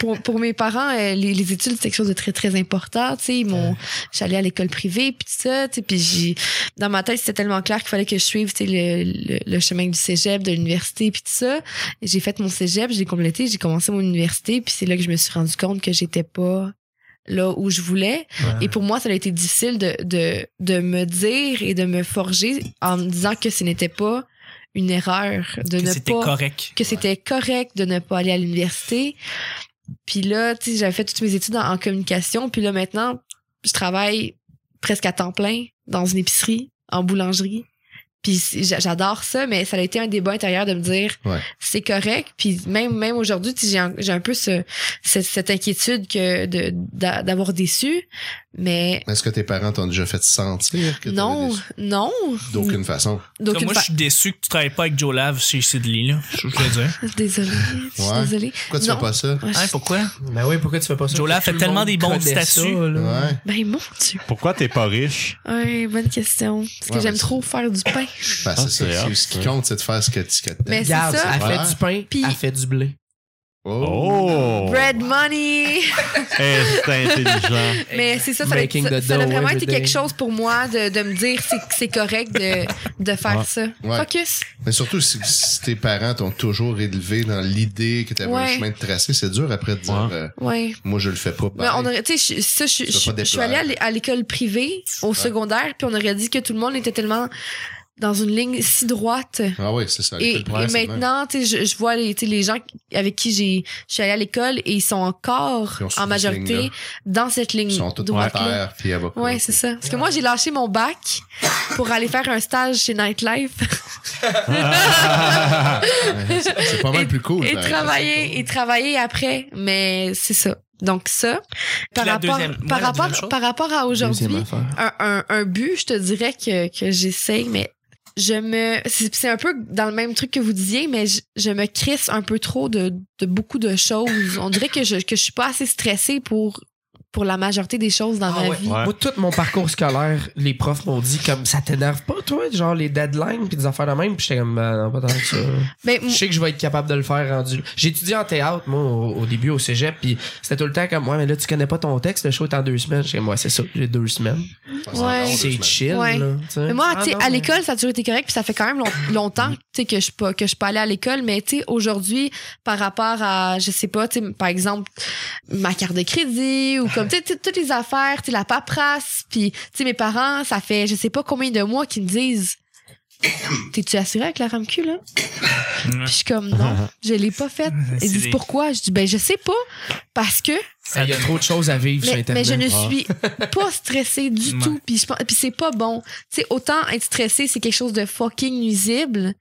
Speaker 4: pour, pour mes parents, euh, les, les études, c'est quelque chose de très, très important. Tu sais, ils m'ont- j'allais à l'école privée, puis tout ça. Tu sais, puis j'ai, dans ma tête, c'était tellement clair qu'il fallait que je suive, tu sais, le, le, le chemin du cégep, de l'université, puis tout ça. Et J'ai fait mon cégep, j'ai complété, j'ai commencé mon université, puis c'est là que je me suis rendu compte que j'étais pas là où je voulais. Et pour moi, ça a été difficile de, de, de me dire et de me forger en me disant que ce n'était pas une erreur de
Speaker 1: que
Speaker 4: ne
Speaker 1: c'était
Speaker 4: pas
Speaker 1: correct.
Speaker 4: que c'était correct de ne pas aller à l'université. Puis là, tu sais, j'avais fait toutes mes études en, en communication. Puis là, maintenant, je travaille presque à temps plein dans une épicerie, en boulangerie. Puis c'est- j'a- j'adore ça, mais ça a été un débat intérieur de me dire
Speaker 3: Ouais.
Speaker 4: c'est correct. Puis même même aujourd'hui, tu sais, j'ai un, j'ai un peu ce, ce- cette inquiétude que de d'a- d'avoir déçu, mais
Speaker 3: Est-ce que tes parents t'ont déjà fait sentir que t'avais
Speaker 4: non,
Speaker 3: des-
Speaker 4: non.
Speaker 3: D'aucune façon.
Speaker 1: Comme
Speaker 4: D'aucune
Speaker 1: moi, je suis déçu que tu travailles pas avec Joe Lave chez Sidley, là. Je veux dire.
Speaker 4: [laughs] fa- Désolée, je suis
Speaker 3: Ouais.
Speaker 4: désolée.
Speaker 3: Pourquoi tu
Speaker 4: Non.
Speaker 3: fais pas ça?
Speaker 4: Ouais, je-
Speaker 1: Hein, pourquoi?
Speaker 5: [laughs] Ben oui, pourquoi tu fais pas ça?
Speaker 1: Jola
Speaker 5: Tout
Speaker 1: fait
Speaker 5: le
Speaker 1: tellement
Speaker 5: monde
Speaker 1: des bons
Speaker 5: connaît
Speaker 1: statues.
Speaker 5: ça, là.
Speaker 3: Ouais.
Speaker 4: Ben mon Dieu.
Speaker 6: Pourquoi t'es pas riche?
Speaker 4: Oui, bonne question. Parce que
Speaker 3: Ouais,
Speaker 4: j'aime
Speaker 3: mais
Speaker 4: trop faire du pain.
Speaker 3: Ben, c'est
Speaker 6: c'est
Speaker 3: ça.
Speaker 6: hot,
Speaker 3: C'est- Ce qui
Speaker 6: ça.
Speaker 3: compte, c'est de faire ce que tu que t'aimes.
Speaker 4: Mais c'est
Speaker 5: Regarde,
Speaker 4: ça.
Speaker 5: elle
Speaker 3: Ouais.
Speaker 5: fait du pain,
Speaker 4: Puis-
Speaker 5: elle fait du blé.
Speaker 6: Oh!
Speaker 4: Bread money!
Speaker 6: Eh, c'est intelligent.
Speaker 4: Mais c'est ça, ça, a-
Speaker 5: Making
Speaker 4: ça,
Speaker 5: the
Speaker 4: ça a
Speaker 5: dough
Speaker 4: vraiment
Speaker 5: every
Speaker 4: été
Speaker 5: day.
Speaker 4: quelque chose pour moi de, de me dire c'est c'est correct de, de faire
Speaker 6: Ouais.
Speaker 4: ça.
Speaker 3: Ouais.
Speaker 4: Focus!
Speaker 3: Mais surtout, si, si tes parents t'ont toujours élevé dans l'idée que t'avais
Speaker 4: Ouais.
Speaker 3: un chemin de tracé, c'est dur après de dire
Speaker 6: Ouais.
Speaker 3: euh,
Speaker 4: Ouais.
Speaker 3: Moi, je le fais pas.
Speaker 4: Mais
Speaker 3: pareil.
Speaker 4: on aurait, tu sais, je- ça, je,
Speaker 3: Bah Tu
Speaker 4: je,
Speaker 3: vas pas
Speaker 4: je suis allée à l'é- à l'école privée, au secondaire, puis on aurait dit que tout le monde était tellement dans une ligne si droite.
Speaker 3: Ah oui, c'est ça.
Speaker 4: Et,
Speaker 3: Le problème,
Speaker 4: et
Speaker 3: c'est le même.
Speaker 4: maintenant, tu sais, je, je vois les, tu sais, les gens avec qui j'ai, je suis allée à l'école et ils sont encore
Speaker 3: Ils ont suivi
Speaker 4: en
Speaker 3: cette
Speaker 4: majorité
Speaker 3: ligne-là.
Speaker 4: dans cette ligne
Speaker 3: Ils sont tous par
Speaker 4: droite-là.
Speaker 3: terre, puis avocats.
Speaker 4: Ouais, c'est ça. Parce que moi, j'ai lâché mon bac pour aller faire un stage chez Nightlife
Speaker 3: Ouais, c'est c'est pas mal plus cool.
Speaker 4: et
Speaker 3: pareil.
Speaker 4: travailler, et travailler après. Mais c'est ça. Donc ça, par
Speaker 1: la
Speaker 4: rapport,
Speaker 1: deuxième- ouais,
Speaker 4: par,
Speaker 1: la
Speaker 4: rapport,
Speaker 1: deuxième chose.
Speaker 4: par rapport à
Speaker 5: Deuxième
Speaker 4: aujourd'hui,
Speaker 5: affaire.
Speaker 4: un, un, un but, je te dirais que, que j'essaye, mais je me, c'est c'est un peu dans le même truc que vous disiez, mais je, je me crisse un peu trop de, de beaucoup de choses. On dirait que je, que je suis pas assez stressée pour, pour la majorité des choses dans
Speaker 5: Ah
Speaker 4: ma
Speaker 5: ouais.
Speaker 4: vie.
Speaker 6: Ouais.
Speaker 5: Moi, tout mon parcours scolaire, les profs m'ont dit comme ça t'énerve pas, toi, genre les deadlines puis des affaires de même, puis j'étais comme Ben, non, pas tant que ça.
Speaker 4: Ben,
Speaker 5: Je sais que je vais être capable de le faire rendu. J'ai étudié en théâtre, moi, au, au début au cégep, puis c'était tout le temps comme ouais, mais là tu connais pas ton texte, le show est en deux semaines. J'ai moi, c'est ça, j'ai deux semaines.
Speaker 4: Ouais.
Speaker 3: C'est
Speaker 5: C'est
Speaker 3: long,
Speaker 5: chill,
Speaker 4: Ouais.
Speaker 5: là. tu sais.
Speaker 4: Mais moi,
Speaker 5: Ah,
Speaker 4: tu sais,
Speaker 5: non,
Speaker 4: à
Speaker 5: mais-
Speaker 4: l'école, ça a toujours été correct, puis ça fait quand même long- longtemps, tu sais, que je suis pas que je suis pas allée à l'école. Mais tu sais, aujourd'hui, par rapport à, je sais pas, tu sais, par exemple, ma carte de crédit ou comme tu sais, tu sais, toutes les affaires, tu sais, la paperasse, puis tu sais, mes parents, ça fait je sais pas combien de mois qu'ils me disent. T'es-tu assuré avec la RAMQ, là? Puis je suis
Speaker 5: [laughs]
Speaker 4: comme, non, je l'ai pas faite.
Speaker 1: C'est
Speaker 4: Ils disent
Speaker 1: des-
Speaker 4: pourquoi? Je dis, ben, je sais pas. Parce que
Speaker 5: Ah, Il y a trop de choses à vivre sur
Speaker 4: mais, mais
Speaker 5: Internet. Ah.
Speaker 4: je ne suis pas stressée du
Speaker 1: Ouais.
Speaker 4: tout. Puis je pense- puis c'est pas bon. Tu sais, autant être stressé, c'est quelque chose de fucking nuisible.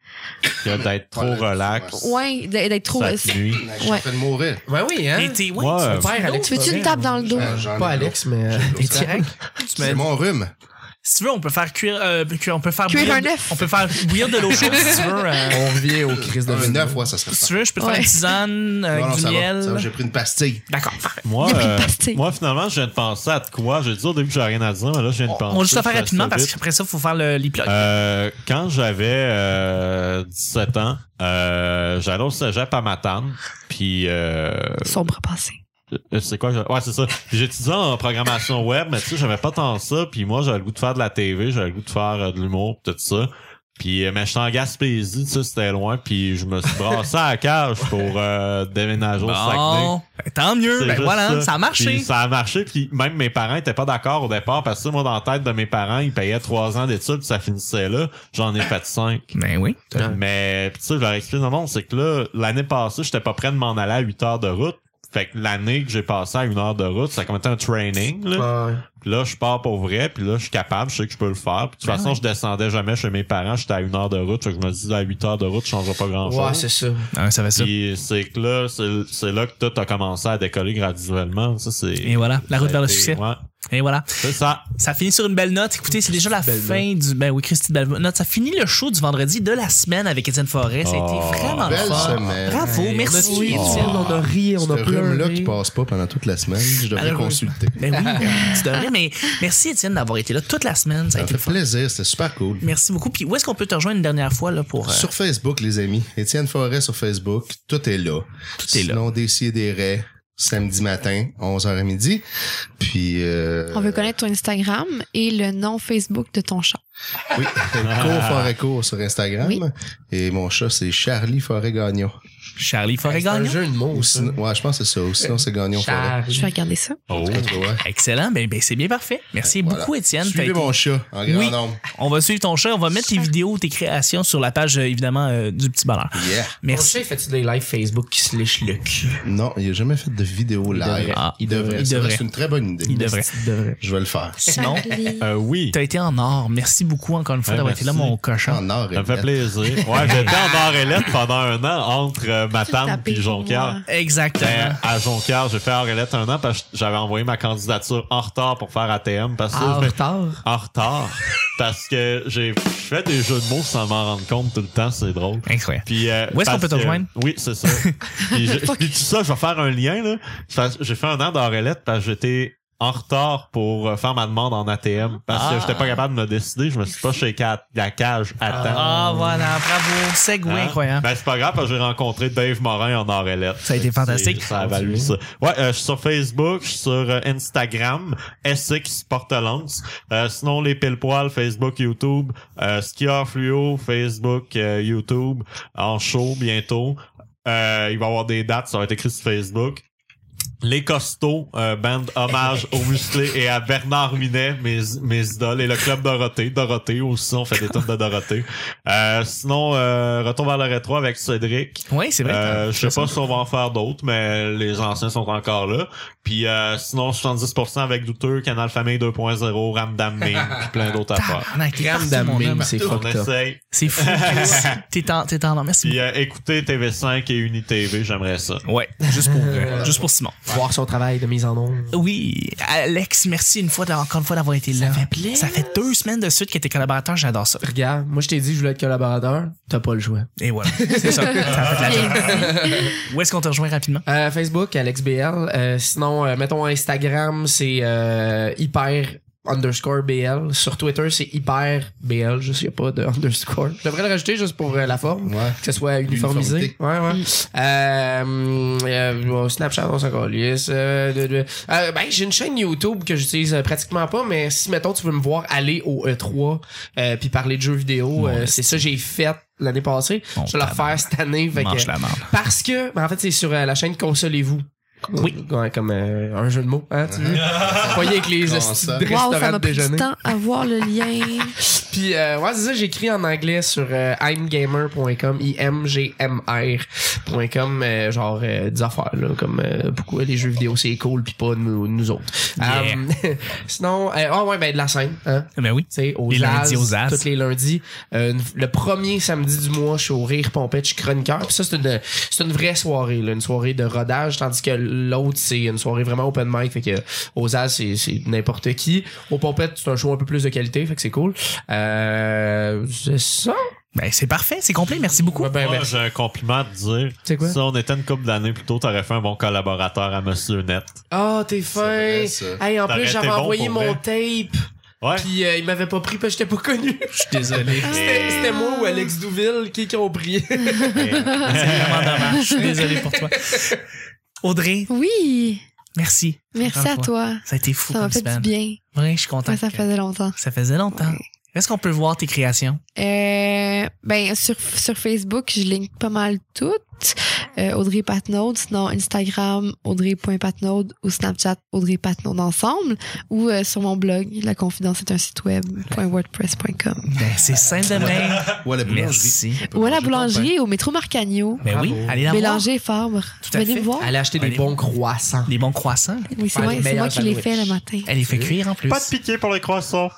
Speaker 6: Que d'être trop relax.
Speaker 4: Ouais, d- d'être trop.
Speaker 6: Ça
Speaker 1: [laughs]
Speaker 6: te nuit.
Speaker 3: Je suis en
Speaker 4: Ouais.
Speaker 3: train de mourir.
Speaker 5: Ouais, oui, hein.
Speaker 1: Et t'es- ouais,
Speaker 6: Ouais.
Speaker 5: Mon père, Alex.
Speaker 4: Tu veux-tu une
Speaker 5: Forêt,
Speaker 4: tape dans le dos?
Speaker 3: Ouais, j'en ai
Speaker 5: Pas
Speaker 3: un
Speaker 5: Alex, mais euh,
Speaker 3: J'ai l'autre.
Speaker 5: Étienne.
Speaker 1: tu
Speaker 3: C'est
Speaker 1: mets-
Speaker 3: mon rhume.
Speaker 1: Si tu veux, on peut faire cuire, euh, cuire- on peut faire
Speaker 4: Cuire
Speaker 1: bouillir
Speaker 4: un
Speaker 1: de-
Speaker 4: œuf.
Speaker 1: On peut faire bouillir de l'eau chaude si tu veux. euh,
Speaker 5: on revient au crise de
Speaker 3: Un
Speaker 5: Venise.
Speaker 3: neuf, ouais, ça serait
Speaker 1: si
Speaker 3: ça.
Speaker 1: tu veux, je peux te faire
Speaker 4: [laughs] Ouais.
Speaker 1: une tisane euh, avec
Speaker 3: Non, non,
Speaker 1: du
Speaker 3: ça va,
Speaker 1: miel.
Speaker 3: ça va, J'ai pris une pastille.
Speaker 1: D'accord, parfait.
Speaker 6: Moi,
Speaker 4: Il a pris une
Speaker 6: euh,
Speaker 4: pastille.
Speaker 6: moi, finalement, je viens de penser à de quoi. J'ai dit au début que j'ai rien à dire, mais là, je viens de penser.
Speaker 1: On va juste le faire
Speaker 6: je fais
Speaker 1: rapidement
Speaker 6: Ah, ça
Speaker 1: parce
Speaker 6: vite.
Speaker 1: qu'après ça, il faut faire le l'e-plug.
Speaker 6: Euh, quand j'avais euh, 17 ans, euh, j'allais au cégep à Matane. Puis, euh,
Speaker 4: Sombre passé.
Speaker 6: euh, c'est quoi? je- Ouais, c'est ça. Puis J'étudiais en programmation web, mais tu sais, j'avais pas tant ça. Puis moi, j'avais le goût de faire de la TV, j'avais le goût de faire euh, de l'humour, pis tout ça. Puis, euh, mais j'étais en Gaspésie, tu sais, c'était loin. Puis je me suis brassé à la cage pour euh, déménager au Saguenay.
Speaker 1: Bon, ben, tant mieux.
Speaker 6: C'est
Speaker 1: Ben
Speaker 6: juste
Speaker 1: voilà, ça a marché.
Speaker 6: Puis ça a marché, puis même mes parents étaient pas d'accord au départ, parce que moi, dans la tête de mes parents, ils payaient trois ans d'études, puis ça finissait là. J'en ai fait cinq.
Speaker 1: Ben oui.
Speaker 6: Ah. Mais, puis ça, je leur explique, non, non, c'est que là, l'année passée, j'étais pas prêt de m'en aller à 8 heures de route. Fait que l'année que j'ai passée à une heure de route, ça a comme été un training, là.
Speaker 5: Ouais.
Speaker 6: Puis là, je pars pour vrai, puis là, je suis capable, je sais que je peux le faire. Puis de toute
Speaker 1: Ben
Speaker 6: façon, je descendais jamais chez mes parents, j'étais à une heure de route. Fait que je me disais, à 8 heures de route, je changerai pas grand-chose.
Speaker 5: Ouais, c'est ça.
Speaker 1: Ah, ça va ça.
Speaker 6: Puis c'est que là, c'est c'est là que tout a commencé à décoller graduellement. Ça, c'est.
Speaker 1: Et voilà, la route vers le
Speaker 6: ça a été-
Speaker 1: succès.
Speaker 6: Ouais,
Speaker 1: Et voilà.
Speaker 6: c'est ça.
Speaker 1: Ça finit sur une belle note. Écoutez, c'est déjà la
Speaker 5: Belle
Speaker 1: fin du. Ben oui, Christy, belle note. Ça finit le show du vendredi de la semaine avec Étienne Forêt. Ça a
Speaker 6: Oh,
Speaker 1: été vraiment le
Speaker 3: Belle
Speaker 1: fun.
Speaker 3: semaine.
Speaker 1: Bravo,
Speaker 5: Hey,
Speaker 1: merci.
Speaker 5: On a, tué,
Speaker 1: Étienne.
Speaker 5: Étienne, on a ri, on
Speaker 3: Ce
Speaker 5: a pleuré.
Speaker 3: rhume-là qui passe pas pendant toute la semaine, je devrais
Speaker 1: Malheureusement.
Speaker 3: consulter.
Speaker 1: Ben oui, tu devrais, mais merci Étienne d'avoir été là toute la semaine. Ça a
Speaker 3: Ça
Speaker 1: été
Speaker 3: fait
Speaker 1: le fun.
Speaker 3: plaisir, c'était super cool.
Speaker 1: Merci beaucoup. Puis où est-ce qu'on peut te rejoindre une dernière fois là, pour. euh,
Speaker 3: Sur Facebook, les amis. Étienne Forêt sur Facebook. Tout est là.
Speaker 1: Tout est là.
Speaker 3: Sinon, Décideret, samedi matin, 11h à midi. Puis, euh,
Speaker 4: On veut connaître ton Instagram et le nom Facebook de ton chat.
Speaker 1: Ah.
Speaker 3: oui, cours Forêt Cours sur Instagram.
Speaker 4: Oui.
Speaker 3: Et mon chat, c'est Charlie Forêt Gagnon.
Speaker 1: Charlie Forêt
Speaker 5: C'est un
Speaker 1: Gagnon.
Speaker 5: jeu de mots,
Speaker 3: Ou
Speaker 5: ça.
Speaker 3: sinon- ouais, je pense que c'est ça. Ou sinon, c'est gagné, on ferait.
Speaker 4: Je vais regarder ça.
Speaker 6: Oh.
Speaker 3: Ouais.
Speaker 1: Excellent, ben, ben, c'est bien parfait. Merci
Speaker 3: Voilà.
Speaker 1: beaucoup, Étienne. T'as
Speaker 3: Suivez
Speaker 1: été-
Speaker 3: mon chat en grand
Speaker 1: Oui.
Speaker 3: nombre.
Speaker 1: On va suivre ton chat, on va mettre tes vidéos, tes créations sur la page, euh, évidemment, euh, du Petit Bonheur.
Speaker 3: Yeah.
Speaker 5: Ton
Speaker 1: Merci.
Speaker 5: chien fait-tu des lives Facebook qui se lèchent le cul?
Speaker 3: Non, il a jamais fait de vidéo live.
Speaker 5: devrait.
Speaker 1: Ah,
Speaker 3: il devrait.
Speaker 1: il
Speaker 3: Ça,
Speaker 1: devrait.
Speaker 3: C'est une très bonne idée.
Speaker 1: Il devrait.
Speaker 3: Je vais le faire.
Speaker 1: Sinon,
Speaker 5: [laughs]
Speaker 6: Euh, oui.
Speaker 1: t'as été en or. Merci beaucoup encore une fois
Speaker 6: Ouais,
Speaker 1: d'avoir été là,
Speaker 6: merci.
Speaker 1: mon cochon.
Speaker 3: En or et
Speaker 6: Ça me fait
Speaker 3: net.
Speaker 6: plaisir. Ouais, j'étais en Barrelette pendant un an entre euh, Matane
Speaker 4: tapé
Speaker 6: et Jonquière.
Speaker 4: moi.
Speaker 1: Exactement.
Speaker 5: Euh,
Speaker 6: Ben, à Jonquière, j'ai fait Arlette un an parce que j'avais envoyé ma candidature en retard pour faire ATM parce que
Speaker 1: Ah,
Speaker 5: En
Speaker 6: je-
Speaker 5: retard?
Speaker 6: en retard parce que j'ai fait des jeux de mots sans m'en rendre compte tout le temps, c'est drôle.
Speaker 1: Incroyable.
Speaker 6: Puis, euh,
Speaker 1: Où est-ce
Speaker 6: parce
Speaker 1: qu'on peut te
Speaker 6: que-
Speaker 1: rejoindre?
Speaker 6: Oui, c'est
Speaker 1: [laughs]
Speaker 6: ça. Puis je- puis tout ça, je vais faire un lien. là. Parce que J'ai fait un an d'Arlette parce que j'étais en retard pour euh, faire ma demande en ATM parce que
Speaker 1: Ah.
Speaker 6: j'étais pas capable de me décider. Je me suis pas shaké à la cage à temps.
Speaker 1: Ah, voilà, bravo. Segway
Speaker 6: euh, Hein?
Speaker 1: incroyable.
Speaker 6: Ben, c'est pas grave, parce que j'ai rencontré Dave Morin en Orelette.
Speaker 1: Ça a été fantastique.
Speaker 6: Ça a valu ça. Ouais, euh, je suis sur Facebook, je suis sur euh, Instagram, SX Portelance. Euh, sinon, les pile poils Facebook, YouTube. Euh, skieur Fluo, Facebook, euh, YouTube. En show, bientôt. Euh, il va y avoir des dates, ça va être écrit sur Facebook. Les Costauds, euh, band hommage aux musclés et à Bernard Minet, mes, mes idoles, et le club Dorothée. Dorothée aussi, on fait des tonnes de Dorothée. Euh, sinon, euh, retour vers le rétro avec Cédric.
Speaker 1: Oui, c'est vrai.
Speaker 6: Euh, je sais pas si on va en faire d'autres, mais les anciens sont encore là. Puis euh, sinon, 70% avec Douteux, Canal Famille 2.0, Ramdam
Speaker 1: [laughs]
Speaker 6: Ming, puis plein d'autres affaires.
Speaker 1: Tabarnak, t'es
Speaker 5: Graham
Speaker 1: parti, mon
Speaker 5: Damning,
Speaker 1: homme.
Speaker 5: c'est
Speaker 6: On
Speaker 5: fucked up.
Speaker 6: essaye.
Speaker 1: C'est fou. Christy. T'es en, t'es en or. Merci
Speaker 6: Puis euh, écoutez TV5 et UniTV, j'aimerais ça.
Speaker 1: beaucoup. Ouais, juste pour, euh, juste pour Simon.
Speaker 5: Voir son travail de mise en ombre.
Speaker 1: Oui, Alex, merci une fois d'a- encore une fois d'avoir été là. Ça fait plaisir. Ça fait deux semaines de suite que t'es collaborateur, j'adore ça.
Speaker 5: Regarde, moi je t'ai dit que je voulais être collaborateur, t'as pas le choix.
Speaker 1: Et voilà, c'est
Speaker 5: [laughs]
Speaker 1: ça. Ça a fait la job. Où est-ce qu'on te rejoint rapidement?
Speaker 5: Euh, Facebook, AlexBL. Euh, sinon, euh, mettons Instagram, c'est euh, hyper underscore BL. Sur Twitter, c'est hyper BL. Je sais pas de [laughs] underscore. Je devrais le rajouter juste pour euh, la forme.
Speaker 3: Ouais.
Speaker 5: Que ce soit uniformisé.
Speaker 3: Uniformité.
Speaker 5: Ouais, ouais. Euh, euh, bon, Snapchat, on s'en calisse. Euh, de- de- euh, ben, j'ai une chaîne YouTube que j'utilise euh, pratiquement pas, mais si, mettons, tu veux me voir aller au E3 euh, puis parler de jeux vidéo, euh, c'est ça que j'ai fait l'année passée.
Speaker 1: Mon
Speaker 5: je vais la refaire cette année. Fait que-
Speaker 1: Mange la merde.
Speaker 5: parce que, ben, en fait, c'est sur euh, la chaîne Consolez-vous.
Speaker 1: Oui.
Speaker 5: Ouais, comme euh, un jeu de mots, hein, tu veux. Voyez avec les hosties de
Speaker 4: Wow, ça
Speaker 5: restaurants
Speaker 4: m'a
Speaker 5: de
Speaker 4: pris du
Speaker 5: déjeuner.
Speaker 4: temps à voir le lien.
Speaker 5: Puis, euh, ouais, c'est ça, j'écris en anglais sur euh, imgamer.com, I-M-G-M-R.com, euh, genre euh, des affaires, là, comme euh, pourquoi les jeux vidéo c'est cool, puis pas nous, nous autres.
Speaker 1: Yeah.
Speaker 5: Euh, [laughs] sinon, euh, ah ouais, ben de la scène, hein,
Speaker 1: Ben oui.
Speaker 5: tu sais, aux
Speaker 1: Les
Speaker 5: As,
Speaker 1: lundis aux As.
Speaker 5: tous les lundis. Euh, une- le premier samedi du mois, je suis au Rire Pompette, je suis chroniqueur. Puis ça, c'est une, c'est une vraie soirée, là, une soirée de rodage, tandis que l'autre, c'est une soirée vraiment open mic. Fait que aux As, c'est, c'est n'importe qui. Au Pompette, c'est un show un peu plus de qualité, fait que c'est cool. Euh, c'est ça?
Speaker 1: Ben c'est parfait, c'est complet, merci beaucoup.
Speaker 5: Ouais, ben,
Speaker 6: Moi,
Speaker 5: merci.
Speaker 6: j'ai un compliment à te dire.
Speaker 5: C'est quoi?
Speaker 6: Si on était une couple d'années plus tôt, t'aurais fait un bon collaborateur à Monsieur Net.
Speaker 5: Ah, t'es fin!
Speaker 3: vrai, ça.
Speaker 5: Hey, en
Speaker 6: T'aurais
Speaker 5: plus,
Speaker 6: été
Speaker 5: j'avais
Speaker 6: bon
Speaker 5: envoyé
Speaker 6: pour
Speaker 5: mon
Speaker 6: vrai.
Speaker 5: tape,
Speaker 6: Ouais.
Speaker 5: puis euh, il m'avait pas pris parce que j'étais pas
Speaker 6: [laughs]
Speaker 5: connu.
Speaker 1: Je suis désolé.
Speaker 5: C'était, c'était moi ou Alex Douville qui, qui ont pris.
Speaker 1: [laughs]
Speaker 5: euh,
Speaker 1: C'est vraiment dommage. Je suis désolé pour toi. Audrey,
Speaker 4: Oui,
Speaker 1: merci.
Speaker 4: merci à toi.
Speaker 1: Ça a été fou
Speaker 4: Ça m'a
Speaker 1: comme
Speaker 4: fait du
Speaker 1: semaine.
Speaker 4: bien.
Speaker 1: Oui, je suis content.
Speaker 4: Ouais, ça
Speaker 1: que-
Speaker 4: faisait longtemps.
Speaker 1: ça faisait longtemps.
Speaker 4: Ouais.
Speaker 1: Est-ce qu'on peut voir tes créations?
Speaker 4: Euh, ben sur, sur Facebook, je link pas mal toutes. Euh, Audrey Patnaud, sinon Instagram Audrey.patnaud ou Snapchat Audrey Patnaud ensemble ou euh, sur mon blog La Confidence est un site web.wordpress.com.
Speaker 1: Ben, c'est simple de
Speaker 4: [laughs]
Speaker 1: même.
Speaker 3: Ouais, la boulangerie.
Speaker 1: Merci.
Speaker 4: Ou à la boulangerie au métro Marcagno.
Speaker 1: Ben oui,
Speaker 5: Bravo.
Speaker 1: allez la voir.
Speaker 4: Mélanger et Fabre.
Speaker 1: Tout à
Speaker 4: Venez
Speaker 1: fait.
Speaker 4: me voir.
Speaker 5: Aller acheter
Speaker 1: Allez.
Speaker 5: des bons croissants.
Speaker 1: Des bons croissants.
Speaker 4: Oui, c'est
Speaker 5: Faire
Speaker 4: moi,
Speaker 5: les
Speaker 4: c'est moi
Speaker 5: meilleurs
Speaker 4: qui les fait le
Speaker 5: sandwichs.
Speaker 4: matin.
Speaker 1: Elle les fait cuire en plus.
Speaker 6: Pas de piqué pour les croissants.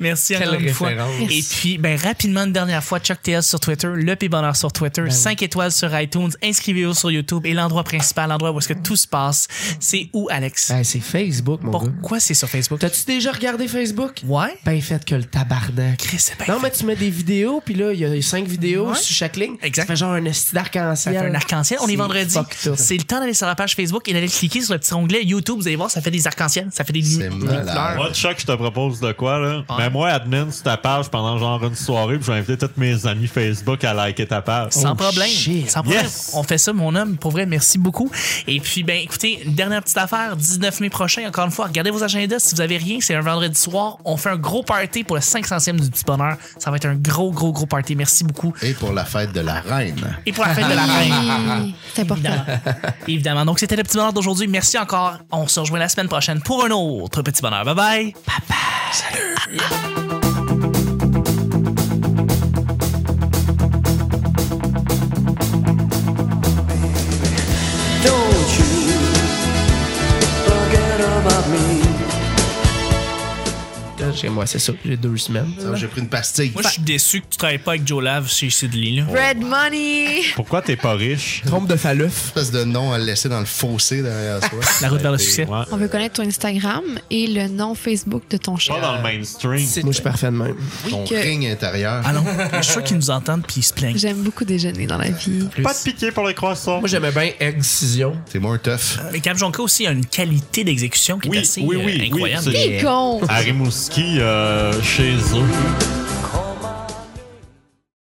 Speaker 1: Merci encore
Speaker 5: Quelle
Speaker 1: une fois.
Speaker 5: référence.
Speaker 1: Et puis, ben, rapidement, une dernière fois, Chuck TL sur Twitter, Le P Bonheur sur Twitter,
Speaker 5: Ben
Speaker 1: 5 étoiles sur iTunes, inscrivez-vous sur YouTube et l'endroit principal, l'endroit où est-ce que tout se passe, c'est où, Alex?
Speaker 5: Ben, c'est Facebook, mon gars.
Speaker 1: Pourquoi c'est sur Facebook?
Speaker 5: T'as-tu déjà regardé Facebook?
Speaker 1: Ouais?
Speaker 5: Ben fait que le tabarnak.
Speaker 1: Chris, c'est bien.
Speaker 5: Non, mais tu mets des vidéos, puis là, il y a cinq vidéos
Speaker 1: Ouais.
Speaker 5: sur chaque ligne.
Speaker 1: Exact.
Speaker 5: Ça fait genre un esti
Speaker 1: Ça
Speaker 5: d'arc-en-ciel.
Speaker 1: fait un arc-en-ciel. On est
Speaker 5: C'est
Speaker 1: vendredi.
Speaker 5: fucked up.
Speaker 1: C'est le temps d'aller sur la page Facebook et d'aller cliquer sur le petit onglet YouTube. Vous allez voir, ça fait des arc-en-ciel. Ça fait des
Speaker 3: C'est
Speaker 1: des
Speaker 3: malade.
Speaker 1: fleurs.
Speaker 6: Moi, Chuck, je te propose propose de quoi, là?
Speaker 1: Ouais.
Speaker 6: Mais moi, admin sur ta page pendant genre une soirée, puis je vais inviter tous mes amis Facebook à liker ta page. Oh,
Speaker 1: Sans problème. Sans problème.
Speaker 6: Yes.
Speaker 1: On fait ça, mon homme. Pour vrai, merci beaucoup. Et puis, ben, écoutez, une dernière petite affaire, 19 mai prochain, encore une fois, regardez vos agendas. Si vous avez rien, c'est un vendredi soir. On fait un gros party pour le 500e du petit bonheur. Ça va être un gros, gros, gros party. Merci beaucoup.
Speaker 3: Et pour la fête de la reine.
Speaker 1: Et pour la fête de la reine. [laughs]
Speaker 4: Hey, C'est important.
Speaker 1: Évidemment. Évidemment. Donc, c'était le petit bonheur d'aujourd'hui. Merci encore. On se rejoint la semaine prochaine pour un autre petit bonheur. Bye bye.
Speaker 7: Don't you forget about me.
Speaker 5: Chez moi, c'est ça. J'ai deux semaines.
Speaker 3: Ça, J'ai pris une pastille.
Speaker 1: Moi, je suis déçu que tu travailles pas avec Joe Lave chez Sidley. Là.
Speaker 4: Red Money!
Speaker 6: Pourquoi t'es pas riche?
Speaker 5: Trompe de Faluf.
Speaker 3: espèce de nom à laisser dans le fossé derrière soi.
Speaker 1: La route vers le succès.
Speaker 6: Ouais.
Speaker 4: On veut connaître ton Instagram et le nom Facebook de ton
Speaker 6: Pas
Speaker 4: chat.
Speaker 6: dans le mainstream.
Speaker 5: Moi, je suis parfait de même.
Speaker 3: Ton
Speaker 4: que-
Speaker 3: ring intérieur.
Speaker 1: Allons. Je suis sûr qu'ils nous entendent puis ils se plaignent.
Speaker 4: J'aime beaucoup déjeuner dans la vie.
Speaker 6: Pas de piqué pour les croissants.
Speaker 5: Moi, j'aimais bien Excision.
Speaker 3: C'est moins tough.
Speaker 1: Mais Cap Jonka Euh, aussi a une qualité d'exécution qui est
Speaker 6: Oui,
Speaker 1: assez
Speaker 6: oui,
Speaker 1: euh,
Speaker 6: oui, oui.
Speaker 1: incroyable.
Speaker 6: c'est-
Speaker 4: Con!
Speaker 6: À Rimouski, euh, chez eux.